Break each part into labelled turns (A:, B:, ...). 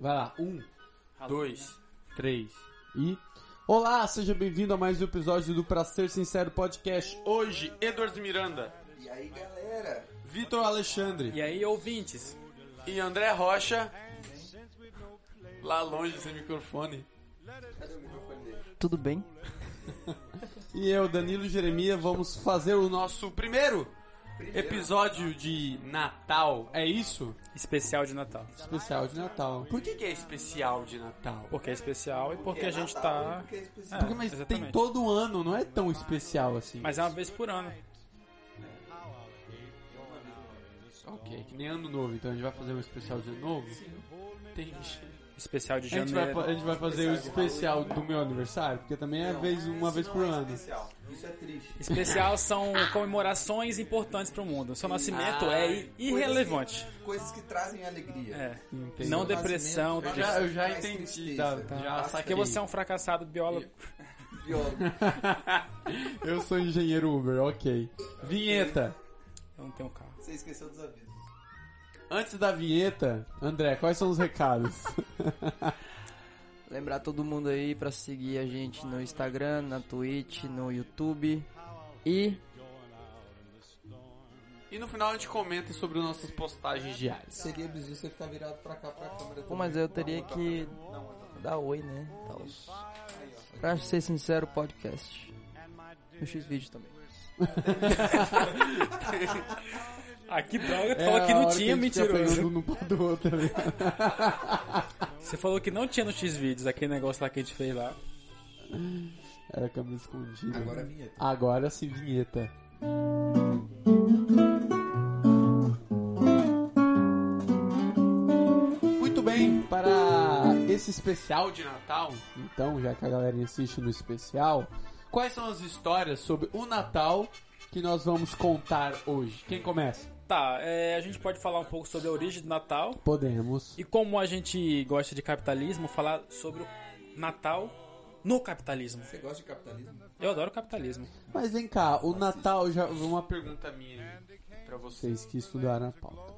A: Vai lá, um, dois, três e. Olá, seja bem-vindo a mais um episódio do Pra Ser Sincero Podcast. Hoje, Eduardo Miranda,
B: E aí, galera?
A: Vitor Alexandre
C: E aí, ouvintes?
A: e André Rocha. Lá longe, sem microfone.
B: Cadê o microfone dele?
D: Tudo bem?
A: E eu, Danilo Jeremia, vamos fazer o nosso primeiro episódio de Natal. É isso?
C: Especial de Natal.
A: Especial de Natal. Por que, que é especial de Natal?
C: Porque é especial e porque
B: é
C: a gente
B: Natal,
C: tá.
B: porque é especial.
C: É,
A: Porque, mas tem
C: exatamente.
A: todo ano, não é tão especial assim.
C: Mas é uma vez por ano.
A: Ok, que nem ano novo, então a gente vai fazer um especial de ano novo? Entendi.
C: Especial de
A: A gente, vai,
C: janeiro.
A: fa- a gente vai fazer o especial do meu aniversário, porque também é vez, uma vez por
B: Não é
A: ano.
B: especial. Isso é triste.
C: Especial são comemorações importantes pro mundo. Seu nascimento
A: Ah,
C: é i- irrelevante.
B: Coisas que trazem alegria.
C: É.
A: Entendi.
C: Não depressão,
B: Nascimento,
A: Eu já, eu já
B: Mais
A: entendi, tá,
B: tristeza.
A: já
C: Porque
A: saquei.
C: você é um fracassado biólogo.
B: Biólogo.
A: Eu sou engenheiro Uber, ok. Vinheta.
C: Eu não tenho carro.
B: Você esqueceu dos avisos.
A: Antes da vinheta, André, quais são os recados?
D: Lembrar todo mundo aí pra seguir a gente no Instagram, na Twitch, no YouTube. E
A: E no final a gente comenta sobre nossas postagens diárias.
B: Seria absurdo você ficar virado pra cá, pra câmera.
D: Pô, mas eu teria que dar oi, né? Tal. Pra ser sincero, podcast. No X-Vídeo também.
C: Ah, que droga, tu
A: É
C: falou que não tinha, mentiroso.
A: um No pau do outro, tá ligado?
C: Você falou que não tinha no X-Vídeos, aquele negócio lá que a gente fez lá.
A: Era câmera escondida.
B: Agora
A: né?
B: a vinheta.
A: Agora sim, vinheta. Muito bem, para esse especial de Natal, então, já que a galera insiste no especial, quais são as histórias sobre o Natal que nós vamos contar hoje? Quem começa?
C: Tá, é, a gente pode falar um pouco sobre a origem do Natal.
A: Podemos.
C: E como a gente gosta de capitalismo, falar sobre o Natal no capitalismo.
B: Você gosta de capitalismo?
C: Eu adoro capitalismo.
A: Mas vem cá, o Natal já. Uma pergunta minha pra vocês que estudaram a pauta.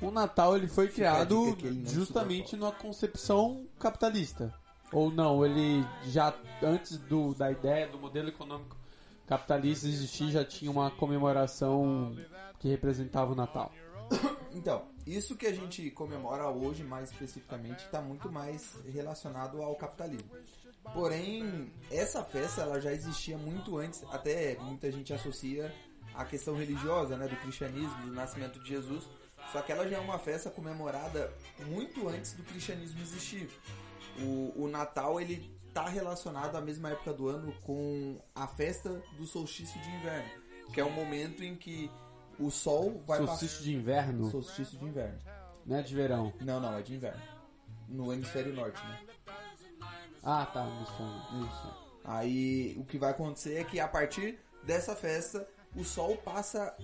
A: O Natal ele foi
B: a
A: criado
B: dica que ele não estudou a
A: justamente numa concepção capitalista. Ou não, ele já antes do, da ideia do modelo econômico capitalista existir, já tinha uma comemoração que representava o Natal.
B: Então, isso que a gente comemora hoje, mais especificamente, está muito mais relacionado ao capitalismo. Porém, essa festa ela já existia muito antes, até muita gente associa à questão religiosa, né, do cristianismo, do nascimento de Jesus. Só que ela já é uma festa comemorada muito antes do cristianismo existir. O, o Natal ele está relacionado à mesma época do ano com a festa do solstício de inverno, que é o momento em que o sol vai passar
A: Solstício de inverno,
B: Solstício de inverno.
A: né? De verão.
B: Não, não, é de inverno. No hemisfério norte, né?
A: Ah, tá, isso, isso.
B: Aí o que vai acontecer é que a partir dessa festa o sol passa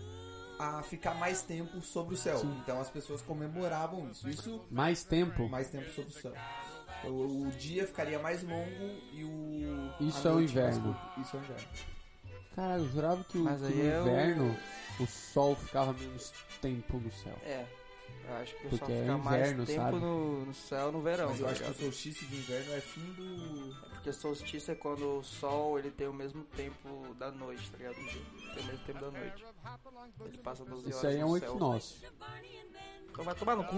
B: a ficar mais tempo sobre o céu. Então as pessoas comemoravam isso. Isso
A: Mais tempo.
B: mais tempo sobre o céu. O, o dia ficaria mais longo e o.
A: Isso é
B: a
A: o
B: noite mais
A: inverno.
B: curta. Isso é o inverno.
A: Caralho, eu jurava que, o,
D: Mas
A: que
D: aí
A: no
D: é o-
A: inverno o sol ficava menos tempo no céu.
D: É. Eu acho que o
A: Porque
D: pessoal
A: é
D: fica mais
A: inverno,
D: tempo
A: sabe?
D: No, no céu no verão.
B: Mas eu
D: tá
B: acho que o
D: ligado?
B: solstício de inverno é fim do.
D: Porque solstício é quando o sol ele tem o mesmo tempo da noite, tá ligado? Tem o mesmo tempo da noite. Ele passa 12 horas
A: Isso aí é
D: no
A: um
D: céu. né?
A: equinócio.
D: Então vai tomar no cu.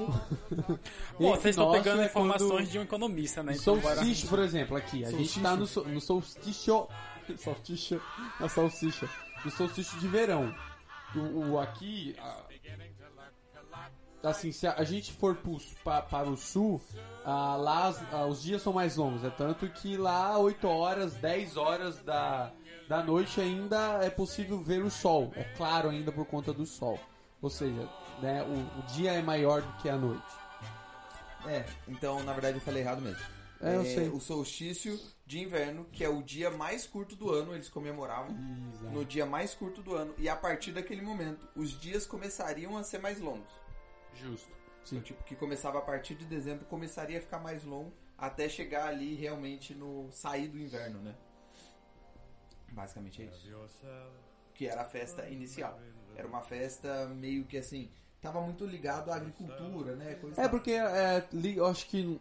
C: Bom, vocês estão
A: Equinócio
C: pegando
A: é
C: informações
A: quando-
C: de um economista, né? Então, bora-
A: Solstício, por exemplo, aqui. A gente tá no, sol- no solstício. Salsicha. Na salsicha. No solstício de verão. O, o aqui. a- assim, se a, a gente for pro, su- pa- para o sul, ah, lá as- ah, os dias são mais longos. É tanto que lá 8 horas, 10 horas da, da noite ainda é possível ver o sol. É claro ainda por conta do sol. Ou seja, né, o, o dia é maior do que a noite.
B: É, então na verdade eu falei errado mesmo.
A: É, eu sei.
B: O solstício de inverno, que é o dia mais curto do ano, eles comemoravam no dia mais curto do ano. E a partir daquele momento, os dias começariam a ser mais longos.
A: Justo.
B: Então, tipo, que começava a partir de dezembro, começaria a ficar mais longo até chegar ali realmente no sair do inverno, né? Basicamente é isso. Que era a festa inicial. Era uma festa meio que assim. estava muito ligado à agricultura, né? Coisa
A: É
B: tal.
A: porque é, li- eu acho que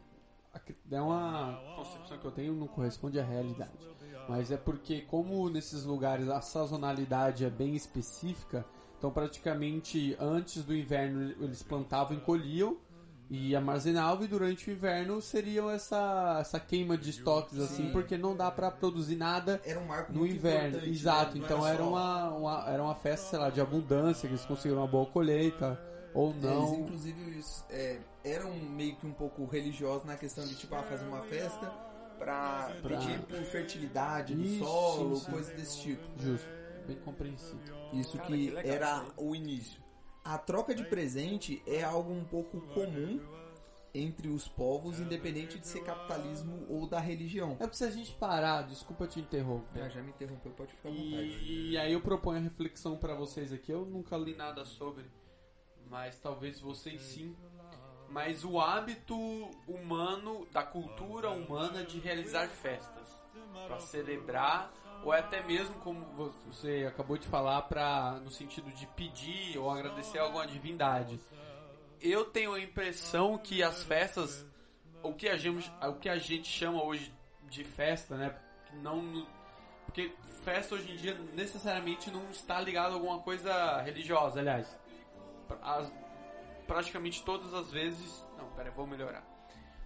A: é uma concepção que eu tenho não corresponde à realidade. Mas é porque como nesses lugares a sazonalidade é bem específica, então praticamente antes do inverno eles plantavam e colhiam e armazenavam e durante o inverno seriam essa essa queima de estoques assim, porque não dá pra produzir nada
B: era um marco
A: no
B: muito
A: inverno,
B: importante, né?
A: exato.
B: Não
A: Então era
B: só-
A: uma, uma- era uma festa, sei lá, de abundância, que eles conseguiram uma boa colheita ou
B: Eles,
A: não.
B: inclusive, eles, é, eram meio que um pouco religiosos na questão de, tipo, ah, fazer uma festa pra,
A: Pra-
B: pedir por fertilidade do
A: Isso,
B: solo,
A: sim, sim.
B: coisa desse tipo.
A: Justo, bem compreensível.
B: Isso
C: Cara,
B: que,
C: que legal
B: era
C: isso aí.
B: o início. A troca de presente é algo um pouco comum entre os povos, independente de ser capitalismo ou da religião.
A: É porque se a gente parar, desculpa te interromper.
B: Ah, já me interrompeu, pode ficar à vontade.
A: É. E, e aí eu proponho a reflexão pra vocês aqui. Eu nunca li nada sobre, mas talvez vocês sim. Mas o hábito humano, da cultura humana de realizar festas Pra celebrar ou é até mesmo como vo- você acabou de falar para no sentido de pedir ou agradecer a alguma divindade. Eu tenho a impressão que as festas o que a gente, o que a gente chama hoje de festa, né? Não. Porque festa hoje em dia necessariamente não está ligada a alguma coisa religiosa, aliás. pra- as- praticamente todas as vezes. Não, pera, eu vou melhorar.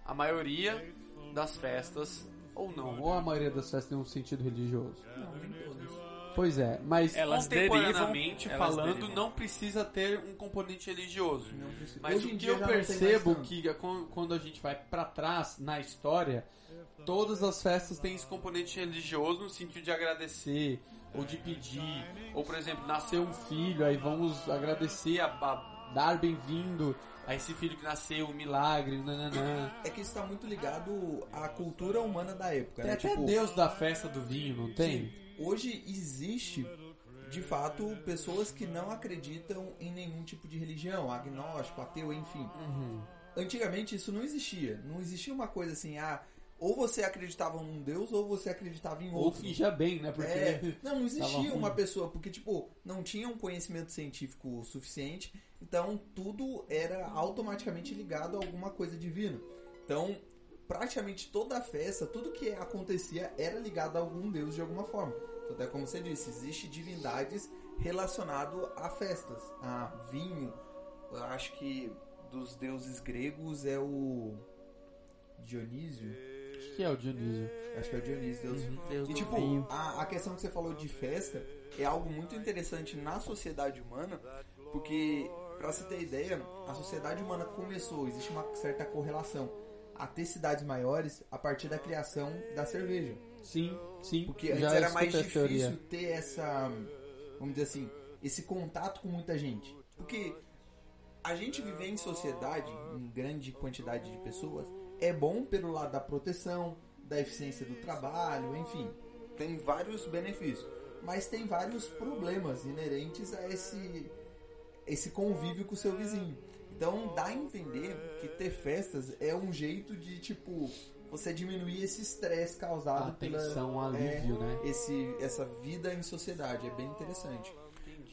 A: A maioria das festas, ou não, ou a maioria das festas tem um sentido religioso.
B: Não, nem todos.
A: Pois é, mas
C: Elas
A: contemporaneamente
C: derivam, elas
A: falando,
C: derivam.
A: não precisa ter um componente religioso.
B: Não precisa.
A: Mas
B: Hoje
A: o
B: em
A: que
B: dia
A: eu
B: já não tem mais
A: percebo
B: tanto.
A: que a- quan- quando a gente vai pra trás na história, todas as festas têm esse componente religioso no sentido de agradecer ou de pedir, ou por exemplo, nasceu um filho, aí vamos agradecer a, a dar bem-vindo a esse filho que nasceu, um milagre, nananã.
B: É que isso tá muito ligado à cultura humana da época,
A: Tem
B: né?
A: É, até
B: Tipo,
A: Deus da festa do vinho, não tem?
B: Hoje existe, de fato, pessoas que não acreditam em nenhum tipo de religião, agnóstico, ateu, enfim.
A: Uhum.
B: Antigamente isso não existia. Não existia uma coisa assim, ah, ou você acreditava num Deus ou você acreditava em
A: Ou
B: outro.
A: finja bem, né? Porque
B: É, não, não existia
A: tava
B: uma
A: ruim.
B: pessoa, porque, tipo, não tinha um conhecimento científico suficiente, então tudo era automaticamente ligado a alguma coisa divina. Então, praticamente toda a festa, tudo que acontecia era ligado a algum deus de alguma forma. Então, até como você disse, existe divindades relacionado a festas, a vinho. Eu acho que dos deuses gregos é o Dionísio.
A: o que é o Dionísio?
B: Acho que é o Dionísio, deus
D: Deus
B: e
D: do
B: tipo,
D: vinho.
B: a, a questão que você falou de festa é algo muito interessante na sociedade humana, porque, pra você ter ideia, a sociedade humana começou, existe uma certa correlação, a ter cidades maiores a partir da criação da cerveja.
A: Sim, sim.
B: Porque
A: já
B: antes era
A: escutei
B: mais
A: essa
B: difícil
A: teoria.
B: ter essa, vamos dizer assim, esse contato com muita gente. Porque a gente viver em sociedade, em grande quantidade de pessoas, é bom pelo lado da proteção, da eficiência do trabalho, enfim. Tem vários benefícios. Mas tem vários problemas inerentes a esse, esse convívio com o seu vizinho. Então dá a entender que ter festas é um jeito de, tipo, você diminuir esse estresse causado pela,
A: Atenção, alívio, né?
B: esse, essa vida em sociedade. É bem interessante.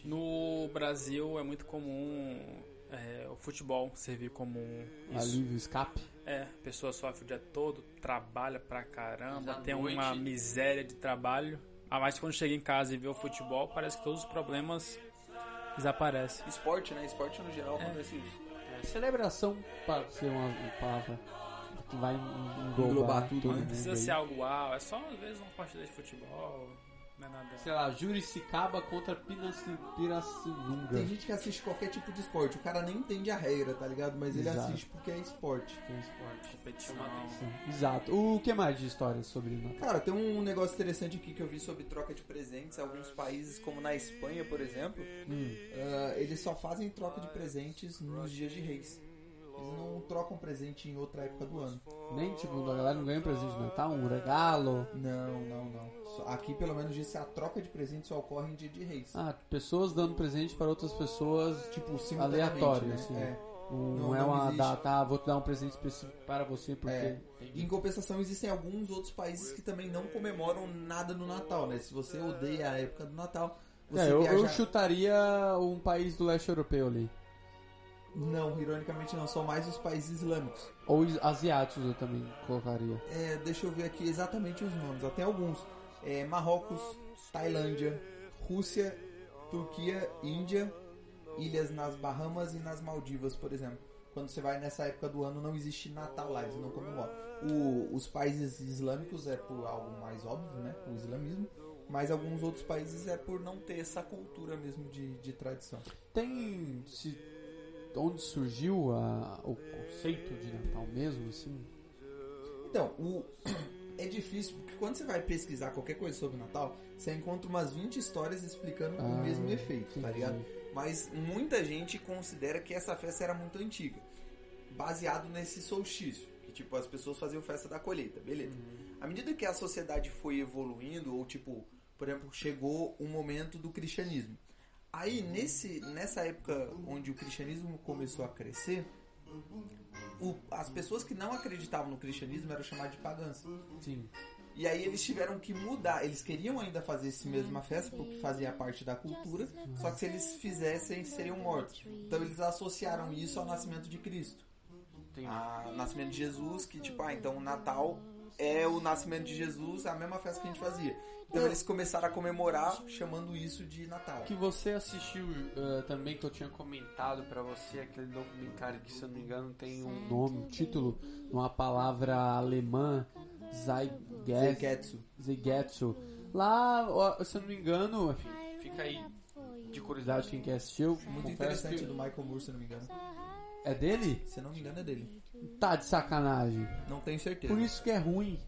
C: No Brasil é muito comum é, o futebol servir como um isso.
A: Alívio, escape.
C: É, a pessoa sofre o dia todo, trabalha pra caramba,
A: Da
C: tem
A: noite.
C: uma miséria de trabalho. A mais quando chega em casa e vê o futebol, parece que todos os problemas desaparecem.
B: Esporte, né? Esporte no geral
A: É.
B: acontece isso.
A: Celebração, para ser uma palavra que vai englobar,
B: Englobar tudo,
A: tudo,
B: né?
A: né?
C: Não precisa
A: Daí.
C: ser algo uau, é só às vezes uma partida de futebol, não é nada.
A: Sei lá, Juricicaba contra Pinaci- Pirassununga.
B: Tem gente que assiste qualquer tipo de esporte. O cara nem entende a regra, tá ligado? Mas ele
A: Exato.
B: assiste porque é esporte.
A: Tem um esporte.
C: Competição.
A: Sim, Exato. O que mais de história sobre o Natal?
B: Cara, tem um negócio interessante aqui que eu vi sobre troca de presentes. Alguns países, como na Espanha, por exemplo,
A: Hum,
B: ah, eles só fazem troca de presentes nos dias de reis. Eles não trocam presente em outra época do ano.
A: nem tipo, a galera não ganha um presente de Natal, um regalo.
B: Não, não, não. Só- Aqui, pelo menos, disse a troca de presentes só ocorre em dia de reis.
A: Ah, pessoas dando presente para outras pessoas.
B: Tipo, simultaneamente,
A: Aleatório,
B: né?
A: assim.
B: É.
A: Não,
B: Não,
A: é
B: não
A: uma
B: existe.
A: data, ah, vou te dar um presente específico para você porque.
B: É. Em compensação, existem alguns outros países que também não comemoram nada no Natal, né? Se você odeia a época do Natal, você
A: É, eu, eu
B: viaja...
A: chutaria um país do leste europeu ali.
B: Não, ironicamente não, são mais os países islâmicos.
A: Ou is- asiáticos eu também colocaria.
B: É, deixa eu ver aqui exatamente os nomes, até alguns. É, Marrocos, Tailândia, Rússia, Turquia, Índia, ilhas nas Bahamas e nas Maldivas, por exemplo. Quando você vai nessa época do ano, não existe Natal lá, eles não comemoram. O- os países islâmicos é por algo mais óbvio, né? O islamismo. Mas alguns outros países é por não ter essa cultura mesmo de, de tradição.
A: Tem. Se, onde surgiu a- o conceito de Natal mesmo, assim?
B: Então, o... é difícil, porque quando você vai pesquisar qualquer coisa sobre Natal, você encontra umas 20 histórias explicando o
A: Ah,
B: mesmo efeito, tá
A: entendi.
B: ligado? Mas muita gente considera que essa festa era muito antiga, baseado nesse solstício, que tipo, as pessoas faziam festa da colheita, beleza. À medida que a sociedade foi evoluindo, ou tipo, por exemplo, chegou o momento do cristianismo. Aí, nesse, nessa época onde o cristianismo começou a crescer, o- as pessoas que não acreditavam no cristianismo eram chamadas de pagãs.
A: Sim.
B: E aí eles tiveram que mudar. Eles queriam ainda fazer esse mesma festa, porque fazia parte da cultura. Só que se eles fizessem, seriam mortos. Então eles associaram isso ao nascimento de Cristo. Ao nascimento de Jesus, que tipo, ah, então o Natal é o nascimento de Jesus, a mesma festa que a gente fazia. Então eles começaram a comemorar chamando isso de Natal.
A: Que você assistiu eh, também, que eu tinha comentado pra você, aquele documentário que, se eu não me engano, tem um nome, um título, uma palavra alemã, Zeitgeist.
B: Zenketsu.
A: Zigetsu. Lá, ó, se eu não me engano, enfim, fica aí de curiosidade quem quer assistir. Eu
B: Muito
A: confesso
B: interessante
A: que-
B: do Michael Moore, se eu não me engano.
A: É dele?
B: Se eu não me engano, é dele.
A: Tá de sacanagem.
B: Não tenho certeza.
A: Por isso que é ruim.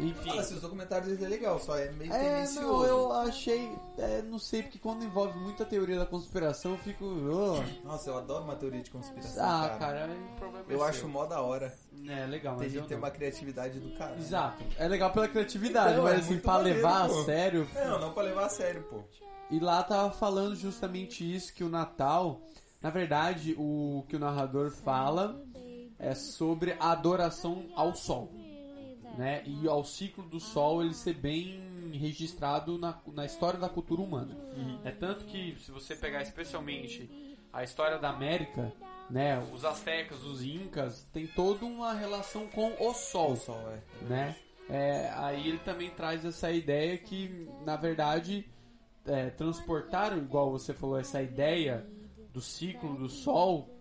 A: Enfim.
B: Fala, se os documentários dele é legal, só é meio
A: É,
B: tendencioso.
A: não, eu achei. é, não sei, porque quando envolve muita teoria da conspiração, eu fico. ô,
B: Nossa, eu adoro uma teoria de conspiração,
A: ah,
B: cara.
A: cara, o problema é
B: Eu
A: seu.
B: acho mó da hora.
A: É, legal,
B: Tem
A: mas.
B: gente
A: Eu
B: que tem
A: não.
B: uma criatividade do cara.
A: Exato. É legal pela criatividade,
B: Então, é
A: mas assim,
B: muito
A: pra
B: maneiro,
A: levar
B: pô.
A: a sério,
B: Não, É, não pra levar a sério, pô.
A: E lá tava falando justamente isso, que o Natal, na verdade, o que o narrador fala é sobre a adoração ao sol, né? E ao ciclo do sol ele ser bem registrado na, na história da cultura humana. É tanto que se você pegar especialmente a história da América, né, os astecas, os incas, tem toda uma relação com o sol
B: O sol, é.
A: né? É, aí ele também traz essa ideia que, na verdade, é, transportaram, igual você falou, essa ideia do ciclo do sol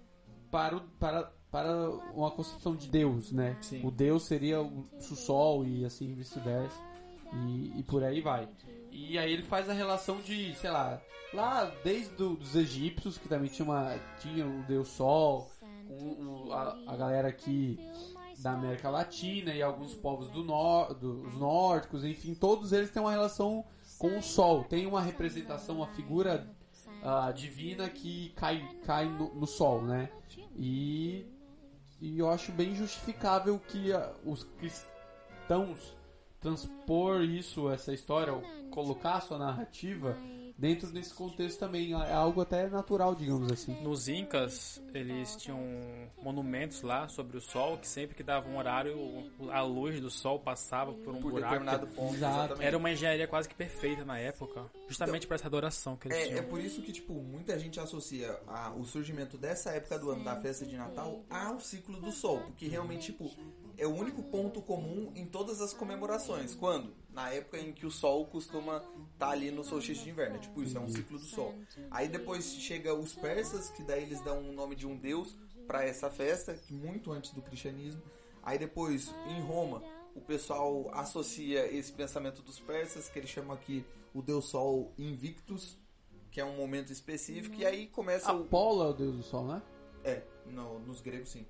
A: para, o- para, para uma concepção de Deus, né?
B: Sim.
A: O Deus seria o, o sol e assim vice-versa. E, e por aí vai. E aí ele faz a relação de, sei lá, lá desde do, dos egípcios, que também tinha, uma, tinha o Deus Sol, com o- a, a galera aqui da América Latina e alguns povos do nor, dos nórdicos, enfim, todos eles têm uma relação com o Sol. Tem uma representação, uma figura ah, divina que cai, cai no, no Sol, né? E, e eu acho bem justificável que ah, os cristãos transpor isso, essa história, ou colocar a sua narrativa dentro desse contexto também. É algo até natural, digamos assim.
C: Nos Incas, eles tinham monumentos lá sobre o sol, que sempre que dava um horário, a luz do sol passava por um
B: Por determinado
C: buraco.
B: ponto,
A: Exato.
B: exatamente.
C: Era uma engenharia quase que perfeita na época, justamente pra essa adoração que eles
B: Então, É, é
C: tinham.
B: por isso que, tipo, muita gente associa a- o surgimento dessa época do ano, da festa de Natal, ao ciclo do sol. Porque realmente, tipo, é o único ponto comum em todas as comemorações. Quando? Na época em que o sol costuma estar ali no solstício de inverno. É Tipo, isso é um ciclo do sol. Aí depois chega os persas, que daí eles dão o nome de um deus pra essa festa, que muito antes do cristianismo. Aí depois, em Roma, o pessoal associa esse pensamento dos persas, que eles chamam aqui o deus sol Invictus, que é um momento específico, e aí começa o...
A: Apolo é o deus do sol, né?
B: É, no- nos gregos sim.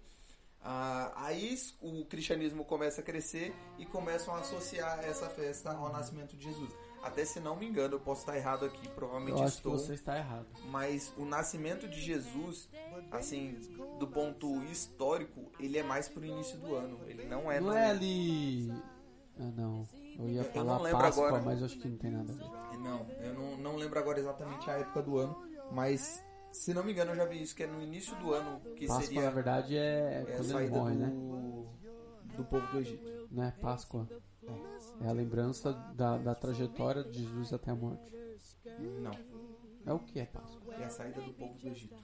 B: Ah, aí s- o cristianismo começa a crescer e começam a associar essa festa ao nascimento de Jesus. Até se não me engano, eu posso estar errado aqui, provavelmente
A: Eu acho que
B: estou
A: você está errado.
B: mas o nascimento de Jesus, assim, do ponto histórico, ele é mais pro início do ano. Ele não é.
A: Não
B: no-
A: é ali. Ah, não. Eu ia
B: Eu
A: falar
B: não lembro
A: Páscoa,
B: agora.
A: mas acho que não tem nada a ver.
B: Não, eu não, não lembro agora exatamente a época do ano, mas se não me engano eu já vi isso, que é no início do ano que
A: Páscoa, na
B: seria
A: verdade, é
B: é, a
A: quando ele
B: saída
A: morre,
B: do,
A: né?
B: do povo do Egito.
A: Né? Páscoa. É a lembrança da, da trajetória de Jesus até a morte.
B: Não,
A: É o que é Páscoa?
B: é a saída do povo do Egito.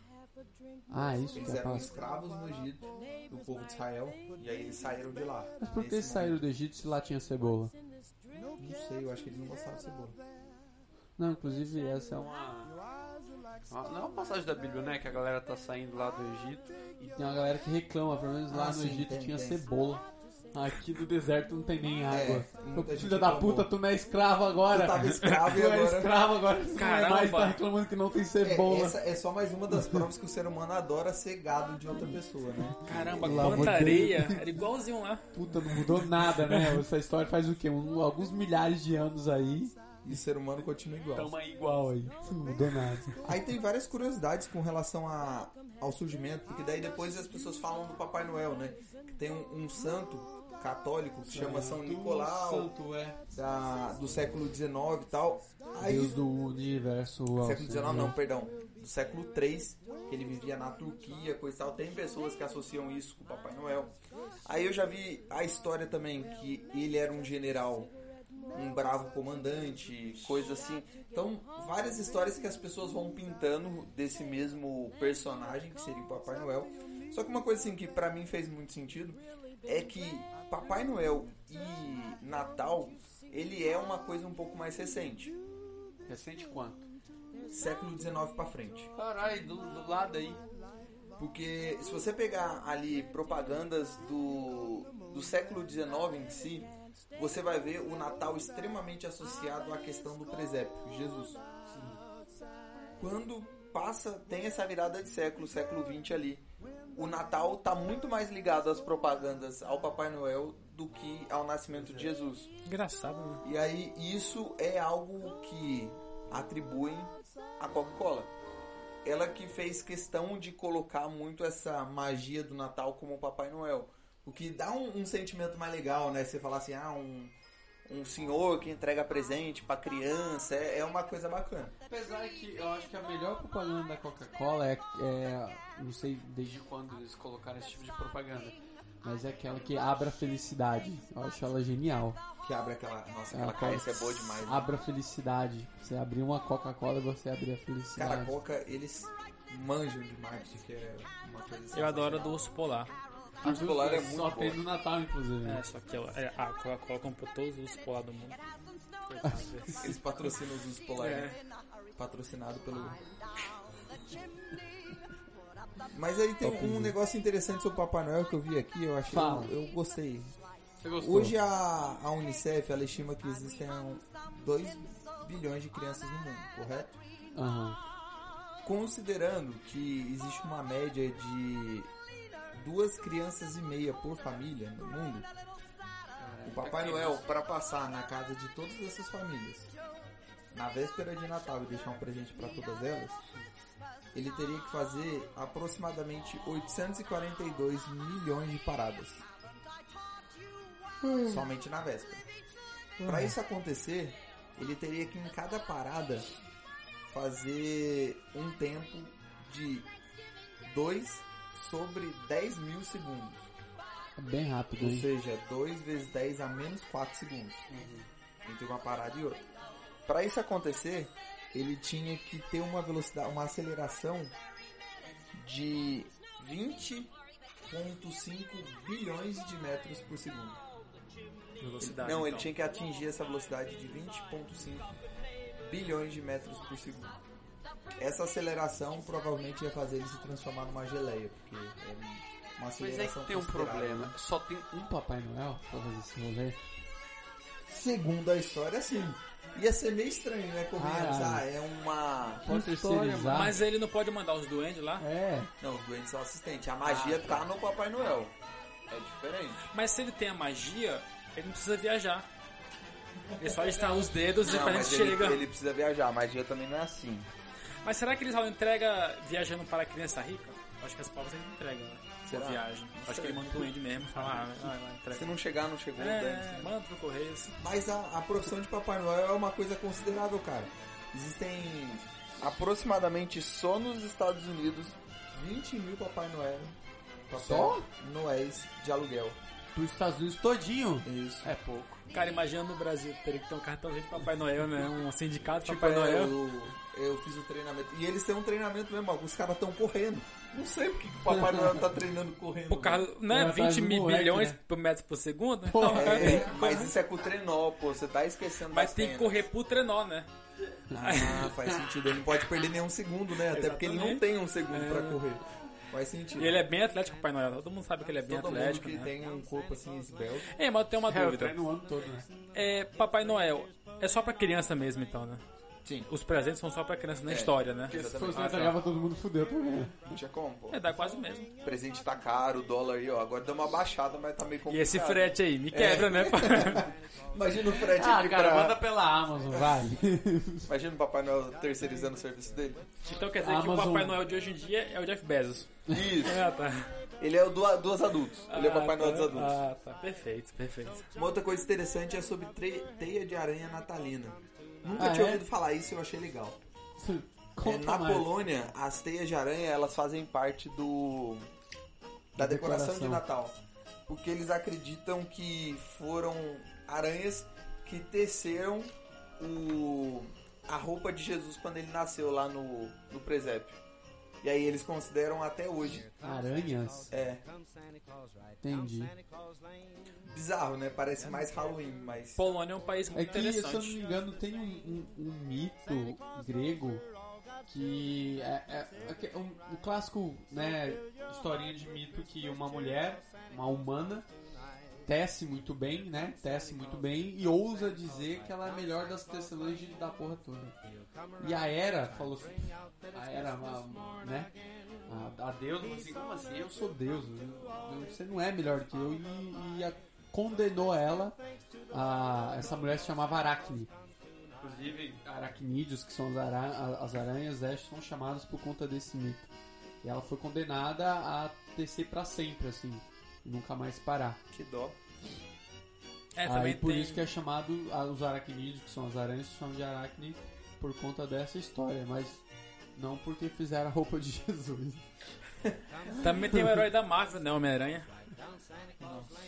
A: Ah, isso
B: Eles
A: que é
B: eram
A: fácil.
B: escravos no Egito, do povo de Israel, e aí eles saíram de lá.
A: Mas por que
B: Nesse
A: saíram
B: momento.
A: do Egito se lá tinha cebola?
B: Não sei, eu acho que eles não gostavam de cebola.
A: Não, inclusive essa é uma. uma- Não é uma passagem da Bíblia, né? Que a galera tá saindo lá do Egito e tem uma galera que reclama, pelo menos lá
B: Ah,
A: no
B: sim,
A: Egito
B: tem,
A: tinha
B: tem. É,
A: cebola. Aqui do deserto não tem nem água. Ô,
B: muita gente
A: filha da
B: reclamou.
A: puta, tu não é escravo agora.
B: Tu tá tava escravo e
A: Tu é
B: agora-
A: escravo agora. Tu não é
C: Caramba.
A: mais, tá reclamando que não tem cebola.
B: É, essa é só mais uma das provas que o ser humano adora ser gado de outra pessoa, né?
C: Caramba,
A: Pelo amor
C: quanta
A: de
C: areia. Era igualzinho lá.
A: Puta, não mudou nada, né? Essa história faz o quê? Um- alguns milhares de anos aí.
B: E o ser humano continua igual.
A: Tamo aí igual aí. Não mudou nada.
B: Aí tem várias curiosidades com relação a, ao surgimento, porque daí depois as pessoas falam do Papai Noel, né? Tem um, um santo católico que chama São Nicolau,
A: Hum, Santo é.
B: da- do século XIX e tal. Aí
A: Deus do universo. ao
B: século XIX
A: Senhor.
B: não, perdão, do século III, que ele vivia na Turquia, coisa e tal. Tem pessoas que associam isso com o Papai Noel. Aí eu já vi a história também que ele era um general, um bravo comandante, coisa assim. Então, várias histórias que as pessoas vão pintando desse mesmo personagem que seria o Papai Noel. Só que uma coisa assim que pra mim fez muito sentido é que Papai Noel e Natal, ele é uma coisa um pouco mais recente,
A: Recente quanto?
B: século XIX pra frente.
A: Caralho, do, do lado aí.
B: Porque se você pegar ali propagandas do, do século XIX em si, você vai ver o Natal extremamente associado à questão do presépio, Jesus. Quando passa, tem essa virada de século, século XX ali, o Natal tá muito mais ligado às propagandas ao Papai Noel do que ao nascimento de Jesus.
C: Engraçado, né?
B: E aí isso é algo que atribuem à Coca-Cola. Ela que fez questão de colocar muito essa magia do Natal como o Papai Noel. O que dá um, um sentimento mais legal, né? Você falar assim, ah, um, um senhor que entrega presente pra criança, é, é uma coisa bacana.
A: Apesar que eu acho que a melhor propaganda da Coca-Cola é, é- Não sei desde quando eles colocaram esse tipo de propaganda. Mas é aquela que abra a felicidade. Eu acho ela genial.
B: Que abre aquela. Nossa,
A: Ela
B: aquela cabeça é boa demais. né?
A: Abra a felicidade. Você abrir uma Coca-Cola e você abrir a felicidade.
B: Cara, a Coca, eles manjam de marketing, que é uma coisa
C: Eu adoro a do
B: sensacional.
C: urso polar.
B: A do Polar é muito
A: Só tem no
B: boa.
A: Natal, inclusive.
C: É, só que ela, é, a Coca-Cola comprou todos os ursos polar do mundo.
B: Eles patrocinam os ursos polares. né? Patrocinado pelo. Mas aí tem um negócio interessante sobre o Papai Noel que eu vi aqui, eu achei.
A: Fala.
B: Eu, eu gostei.
A: Você gostou?
B: Hoje a, a Unicef ela estima que existem 2 bilhões de crianças no mundo, correto?
A: Aham.
B: Considerando que existe uma média de duas crianças e meia por família no mundo, o Papai Noel, para passar na casa de todas essas famílias, na véspera de Natal e deixar um presente para todas elas, ele teria que fazer aproximadamente 842 milhões de paradas. Somente na véspera. Para isso acontecer, ele teria que em cada parada fazer um tempo de 2 sobre 10 mil segundos.
A: É Bem rápido,
B: Ou
A: hein?
B: seja, 2 vezes 10 a menos 4 segundos. Entre uma parada e outra. Para isso acontecer, ele tinha que ter uma velocidade, uma aceleração de 20.5 bilhões de metros por segundo.
C: Velocidade.
B: Não, ele
C: então.
B: tinha que atingir essa velocidade de 20.5 bilhões de metros por segundo. Essa aceleração provavelmente ia fazer ele se transformar numa geleia, porque é um- uma
A: Mas é
B: aceleração
A: que tem um
B: considerável. né?
A: problema. Só tem um Papai Noel pra fazer esse rolê.
B: Segundo a história, sim. Ia ser meio estranho, né? Convenhamos,
A: Caralho.
B: ah, é uma...
A: Pode
B: Tá.
A: terceirizar.
C: Mas ele não pode mandar os duendes lá?
A: É.
B: Não, os doentes são assistentes. A magia tá no Papai Noel. É diferente.
C: Mas se ele tem a magia, ele não precisa viajar. Ele só está os dedos e pra gente chega.
B: precisa viajar. A magia também não é assim.
C: Mas será que ele só entrega viajando para a criança rica? Acho que as pobres ele não entregam, né?
B: Será?
C: Uma viagem. Acho que ele manda um duende mesmo, fala, ah, vai lá,
B: Se
C: entrega.
B: não chegar, não chegou. dane-se.
C: É, manda pro correio. assim.
B: Mas a, a profissão de Papai Noel é uma coisa considerável, cara. Existem aproximadamente só nos Estados Unidos 20 mil Papai Noel. Papai
A: Só?
B: Noéis de aluguel.
A: pros Estados Unidos todinho,
B: Isso.
A: é pouco.
C: Cara, imagina no Brasil, teria que ter um cartãozinho de Papai Noel, né? Um sindicato de
B: Tipo,
C: Papai
B: é,
C: Noel.
B: eu, eu fiz o treinamento. E eles têm um treinamento mesmo, alguns caras estão correndo. Não sei porque que o Papai Noel tá treinando correndo.
C: Por causa, né?
A: Vai atrás
C: 20
A: do
C: mil
A: moleque,
C: bilhões
A: né?
C: por metros por segundo? Então,
A: Porra,
C: cara,
B: É, mas isso é com o trenó, pô. Você tá esquecendo
C: Mas
B: das
C: tem que
B: penas.
C: correr pro trenó, né?
B: Ah, faz sentido. Ele não pode perder nenhum segundo, né? Até porque ele não
C: Exatamente.
B: tem um segundo
C: É.
B: pra correr. Faz sentido.
C: E ele é bem atlético, Papai Noel. Todo mundo sabe que ele é bem
B: Todo mundo
C: atlético,
B: que
C: né?
B: tem um corpo assim esbelto.
C: É, mas eu tenho uma
A: É, eu
C: dúvida.
A: treino o ano todo, né?
C: É, Papai Noel, é só pra criança mesmo, então, né?
B: Sim. É.
C: Os presentes são só pra criança na história, né?
A: Se fosse
B: Exatamente.
A: não entregava, todo mundo fudeu também. né?
B: Não tinha como, pô.
C: É, dá quase o mesmo.
B: O presente tá caro, o dólar aí, ó. Agora deu uma baixada, mas tá meio
C: E
B: complicado. É.
C: esse frete aí, me quebra, né? pá?
B: Imagina o frete
A: Ah,
B: aqui
A: cara,
B: Tipo pra-
A: manda pela Amazon, vai.
B: Imagina o Papai Noel terceirizando o serviço dele.
C: então quer dizer que o
A: Amazon.
C: Papai Noel de hoje em dia é o Jeff Bezos.
B: Isso.
C: Ah, tá.
B: Ele é o do, dos adultos. Ele é o
C: Ah,
B: Papai Noel
C: tá.
B: dos adultos.
C: Ah, tá. Perfeito, perfeito.
B: Uma outra coisa interessante é sobre tre- teia de aranha natalina. Nunca
A: Ah,
B: tinha
A: é?
B: ouvido falar isso e eu achei legal. É,
A: Conta
B: na
A: mais.
B: Polônia, as teias de aranha elas fazem parte do da decoração, de
A: decoração.
B: Natal, porque eles acreditam que foram aranhas que teceram o a roupa de Jesus quando ele nasceu lá no, no presépio. E aí eles consideram até hoje.
A: Aranhas?
B: É
A: Entendi.
B: bizarro, né? Parece mais Halloween, mas
C: Polônia é um país muito
A: É que, se eu não
C: interessante.
A: me engano, tem um, um- um mito grego que é, é- é que é um, um clássico, né, historinha de mito que uma mulher, uma humana, tece muito bem, né, tece muito bem e ousa dizer que ela é a melhor das tecelãs de- da porra toda. E a Era falou assim, a Era, a- né, a, a deusa falou assim, como assim, eu sou deusa, eu- eu- você não é melhor que eu, e, e a- condenou ela a- essa mulher se chamava Aracne. Inclusive, aracnídeos, que são as, ara- a- as aranhas, é, são chamadas por conta desse mito. E ela foi condenada a tecer pra sempre, assim, e nunca mais parar.
B: que dó.
C: É,
A: Aí
C: também
A: por
C: tem...
A: isso que é chamado, a- os aracnídeos, que são as aranhas, se chamam de aracne por conta dessa história, mas não porque fizeram a roupa de Jesus.
C: Também tem o herói da Marvel, né? Homem-Aranha.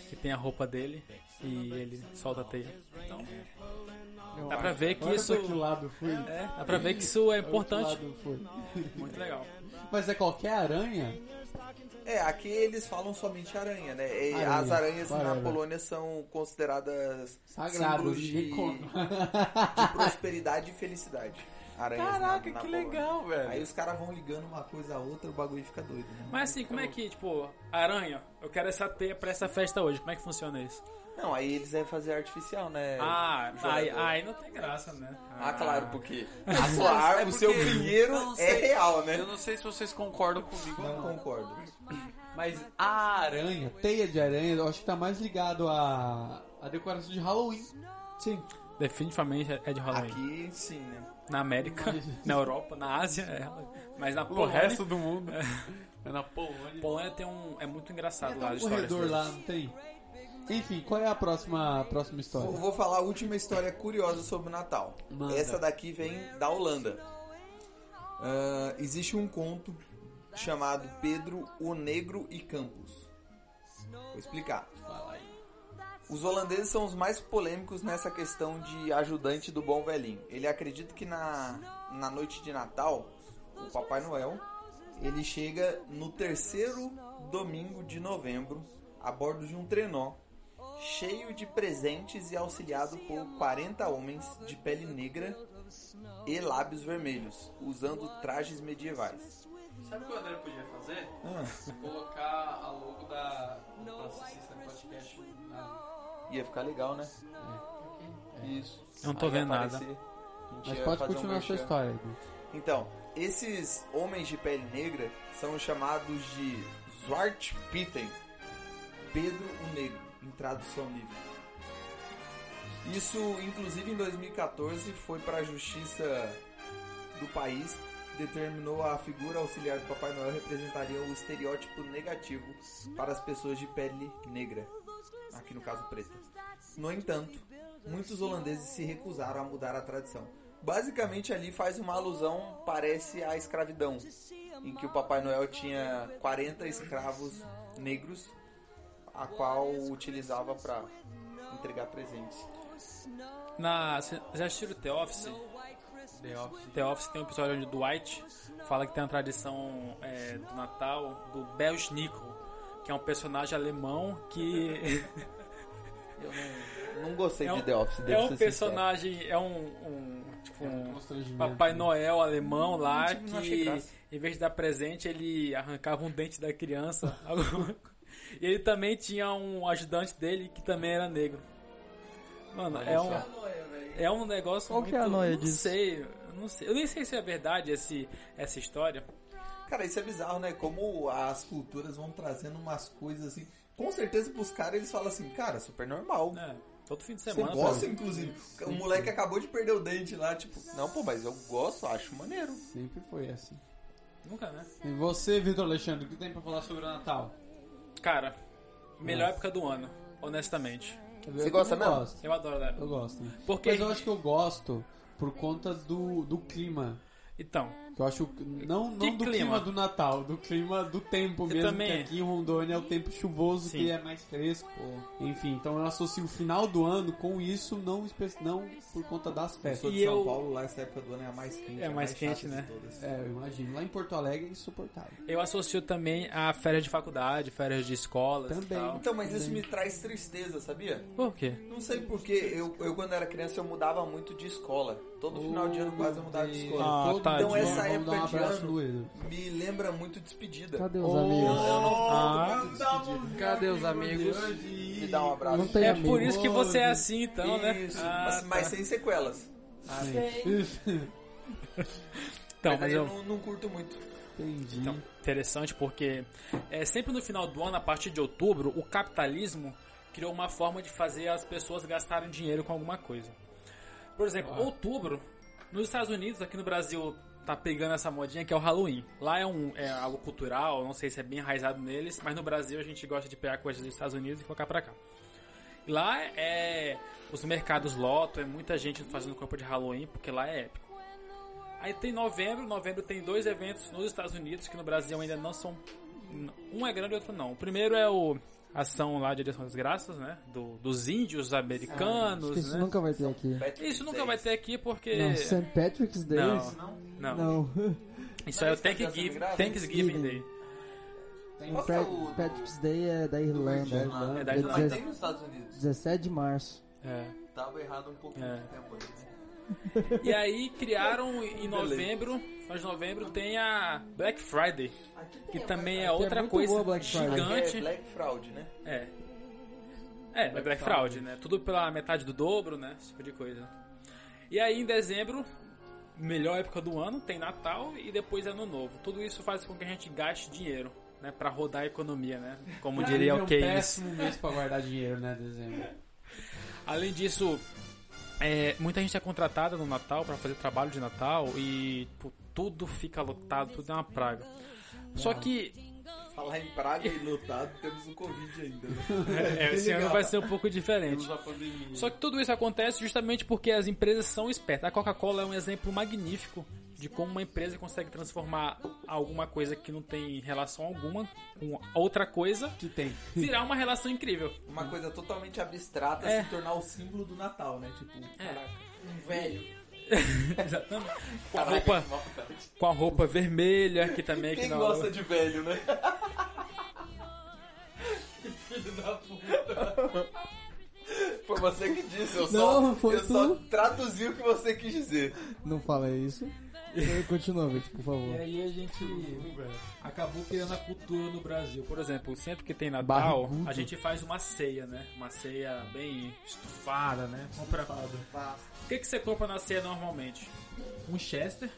C: Que tem a roupa dele e ele solta a teia. Então, dá pra ver que
A: Olha
C: isso...
A: pra que lado foi.
C: É, dá pra ver que isso é
A: Pra que
C: importante.
A: lado foi.
C: Muito legal.
A: Mas é qualquer aranha?
B: É, aqui eles falam somente aranha, né? E
A: Aranha,
B: as aranhas na
A: whatever.
B: Polônia são consideradas
A: Sagrado,
B: símbolos de,
A: ninguém come.
B: de prosperidade e felicidade. Aranhas na- na Polônia.
A: velho.
B: Aí os caras vão ligando uma coisa a outra, o bagulho fica doido, né?
C: Mas assim, como é que, tipo, aranha, eu quero essa teia pra essa festa hoje. Como é que funciona isso?
B: Não, aí eles devem fazer artificial, né?
C: ah,
B: jogador.
C: aí, aí não tem graça, né?
B: Ah, claro, porque a
E: Não,
B: sua ar-
E: é
B: o seu
E: porque- eu
B: dinheiro
E: não
B: é
E: sei.
B: real, né?
E: Eu não sei se vocês concordam comigo ou
B: Não
E: não.
B: concordo.
E: Mas
A: A aranha, teia de aranha, eu acho que tá mais ligado à, à decoração de Halloween.
B: Sim.
C: Ah, Definitivamente é de Halloween.
B: Aqui, sim, né?
C: Na América, na Europa, na Ásia, é. mas na
E: o
C: Polônia,
E: resto do mundo é na Polônia.
C: Polônia tem um... É muito engraçado lá
A: Tem
C: a
A: um
C: história.
A: corredor lá, não tem? Enfim, qual é a próxima, a próxima
B: Eu
A: história?
B: vou falar a última história curiosa sobre o Natal.
A: Manda.
B: Essa daqui vem da Holanda. Ah, existe um conto chamado Pedro o Negro e Campos. Vou explicar. Os holandeses são os mais polêmicos nessa questão de ajudante do bom velhinho. Ele acredita que na, na noite de Natal, o Papai Noel, ele chega no terceiro domingo de novembro, a bordo de um trenó, cheio de presentes e auxiliado por 40 homens de pele negra e lábios vermelhos, usando trajes medievais.
A: Sabe o que o André podia fazer?
B: Ah,
A: Colocar a logo da, da Assistência Podcast.
B: ia ficar legal, né? Isso.
C: Não tô
B: Aí ia
C: vendo nada.
B: aparecer. A gente
A: É. Mas
B: ia
A: pode
B: fazer um
A: continuar a sua
B: merchan.
A: história, Edu.
B: Então, esses homens de pele negra são chamados de Zwartpiten, Pedro o Negro, em tradução livre. Isso, inclusive, em 2014 foi para a justiça do país determinou a figura auxiliar do Papai Noel representaria o estereótipo negativo para as pessoas de pele negra, aqui no caso preta. No entanto, muitos holandeses se recusaram a mudar a tradição. Basicamente ali faz uma alusão, parece à escravidão, em que o Papai Noel tinha 40 escravos negros a qual utilizava para entregar presentes.
C: Na, cê- já assistiram The Office? The Office. tem um episódio onde o Dwight fala que tem uma tradição é, do Natal do Belschnickel, que é um personagem alemão que
B: Eu não, não gostei
C: É um-
B: de The Office,
C: é
B: devo
C: um
B: ser É
C: personagem, é um, um, tipo, um
A: É Constrangimento. né?
C: Papai Noel alemão lá
B: não achei
C: que
B: graça.
C: em vez de dar presente ele arrancava um dente da criança. e ele também tinha um ajudante dele que também era negro. Mano, é um é um negócio
D: Qual
C: muito
D: que é a noia
C: não
D: disso?
C: sei, eu não sei. Eu nem sei se é verdade esse essa história.
B: sincero. Cara, isso é bizarro, né? Como as culturas vão trazendo umas coisas assim. Com certeza pros caras eles falam assim, cara, super normal.
C: É, todo fim de
B: Você
C: semana.
B: gosta, inclusive. O moleque acabou de perder o dente lá, tipo, não, pô, mas eu gosto, acho maneiro.
A: Sempre foi assim.
C: Nunca, né?
A: E você, Vitor Alexandre, o que tem pra falar sobre o Natal?
C: Cara, melhor época do ano, honestamente.
A: Você
B: gosta mesmo?
A: Gosto.
C: Eu adoro né?
A: Eu gosto.
C: Porque-
A: Mas eu acho que eu gosto por conta do, do clima.
C: Então,
A: Eu acho. Não,
C: Que
A: não do clima?
C: clima
A: do Natal, do clima do tempo mesmo.
C: também-
A: Que aqui em Rondônia é o tempo chuvoso
C: Sim.
A: que é mais fresco. Enfim, então eu associo o final do ano com isso, não, espe- não por conta das
B: Sou
A: festas.
B: de
C: E
B: São
C: eu-
B: Paulo, lá essa época do ano é a mais quente.
C: É
B: a
C: mais
B: chata
C: quente,
B: de
C: né?
B: todas.
A: É, eu imagino. Lá em Porto Alegre é insuportável.
C: eu associo também a férias de faculdade, férias de escola e
A: Também.
C: tal.
B: Então, mas isso me traz tristeza, sabia?
C: Por quê?
B: Não sei porque eu, eu quando era criança eu mudava muito de escola. Todo
A: No
B: final de ano quase eu mudava de escola.
C: Ah,
A: Todo
C: tá,
A: dia
B: então essa
A: vamos dar
B: época
A: um
B: de
A: abraço
B: ano
A: no Edu.
B: me lembra muito despedida.
D: Cadê os amigos?
C: Ah,
D: Cadê os amigos?
B: Me dá um abraço.
D: Não tem
C: é
D: amigo.
C: por isso que você é assim então, né?
B: Isso,
C: Ah,
B: mas, mas
C: tá.
B: sem sequelas.
C: Então,
B: mas,
C: mas
B: aí
C: eu...
B: eu não, não curto muito.
A: Entendi.
C: Então, interessante porque é, sempre no final do ano, a partir de outubro, o capitalismo criou uma forma de fazer as pessoas gastarem dinheiro com alguma coisa. Por exemplo, outubro, nos Estados Unidos, aqui no Brasil, tá pegando essa modinha que é o Halloween. Lá é, um, é algo cultural, não sei se é bem enraizado neles, mas no Brasil a gente gosta de pegar coisas dos Estados Unidos e colocar pra cá. Lá é. Os mercados lotam, é muita gente fazendo compra de Halloween, porque lá é épico. Aí tem novembro, novembro tem dois eventos nos Estados Unidos que no Brasil ainda não são. Um é grande e outro não. O primeiro é o ação lá de Direção das Graças, né? Do- dos índios americanos,
D: Ah, Isso
C: né?
D: nunca vai ter aqui.
C: Isso nunca vai ter aqui porque.
A: É.
D: Não, é St. Patrick's Day?
C: Não, não.
D: Não.
C: Isso é o
B: Mas tá
C: Thanksgiving,
B: sendo
C: Thanksgiving Day.
B: Tem
D: O Pat- Patrick's Day é da Irlanda.
C: É da
D: Dia
C: Irlanda.
D: deze-
B: nos Estados Unidos.
D: 17 de março.
C: É.
B: Tava errado um pouquinho
C: É.
B: de tempo aí. né?
C: E aí criaram em novembro, mas de novembro tem a Black Friday, que também é outra
D: muito boa
C: coisa
D: a Black Friday.
B: É
C: gigante.
B: Black Fraud, né?
C: É. É, Black, Fraud, né? Tudo pela metade do dobro, né? Esse tipo de coisa. E aí em dezembro, melhor época do ano, tem Natal e depois Ano Novo. Tudo isso faz com que a gente gaste dinheiro, né? Pra rodar a economia, né? Como diria
A: é
C: o
A: um
C: Keynes.
A: péssimo mês pra guardar dinheiro, né, dezembro?
C: Além disso, é, muita gente é contratada no Natal pra fazer trabalho de Natal e pô, tudo fica lotado, tudo é uma praga. Só que
B: Falar em praga e lotado, temos o Covid ainda. né?
C: é, esse ano vai ser um pouco diferente.
A: Temos a pandemia.
C: Só que tudo isso acontece justamente porque as empresas são espertas. A Coca-Cola é um exemplo magnífico de como uma empresa consegue transformar alguma coisa que não tem relação alguma com outra coisa,
A: que tem.
C: virar uma relação incrível.
B: Uma coisa totalmente abstrata
C: É.
B: se tornar o símbolo do Natal, né? Tipo, caraca, um velho.
C: Exatamente. Com a roupa, com a roupa vermelha, que também é que
B: tá Quem
C: não-
B: gosta de velho, né? Foi você que disse, eu só,
D: Não, foi
B: eu só
D: tu.
B: traduzi o que você quis dizer.
D: Não fala isso. Eu- Continua, Vitor, por
F: E
D: favor.
F: aí a gente acabou criando a cultura no Brasil.
C: Por exemplo, sempre que tem Natal,
D: Barrigudo.
C: a gente faz uma ceia, né? Uma ceia bem estufada, né? Compra... O que, que você compra na ceia normalmente? Um Chester,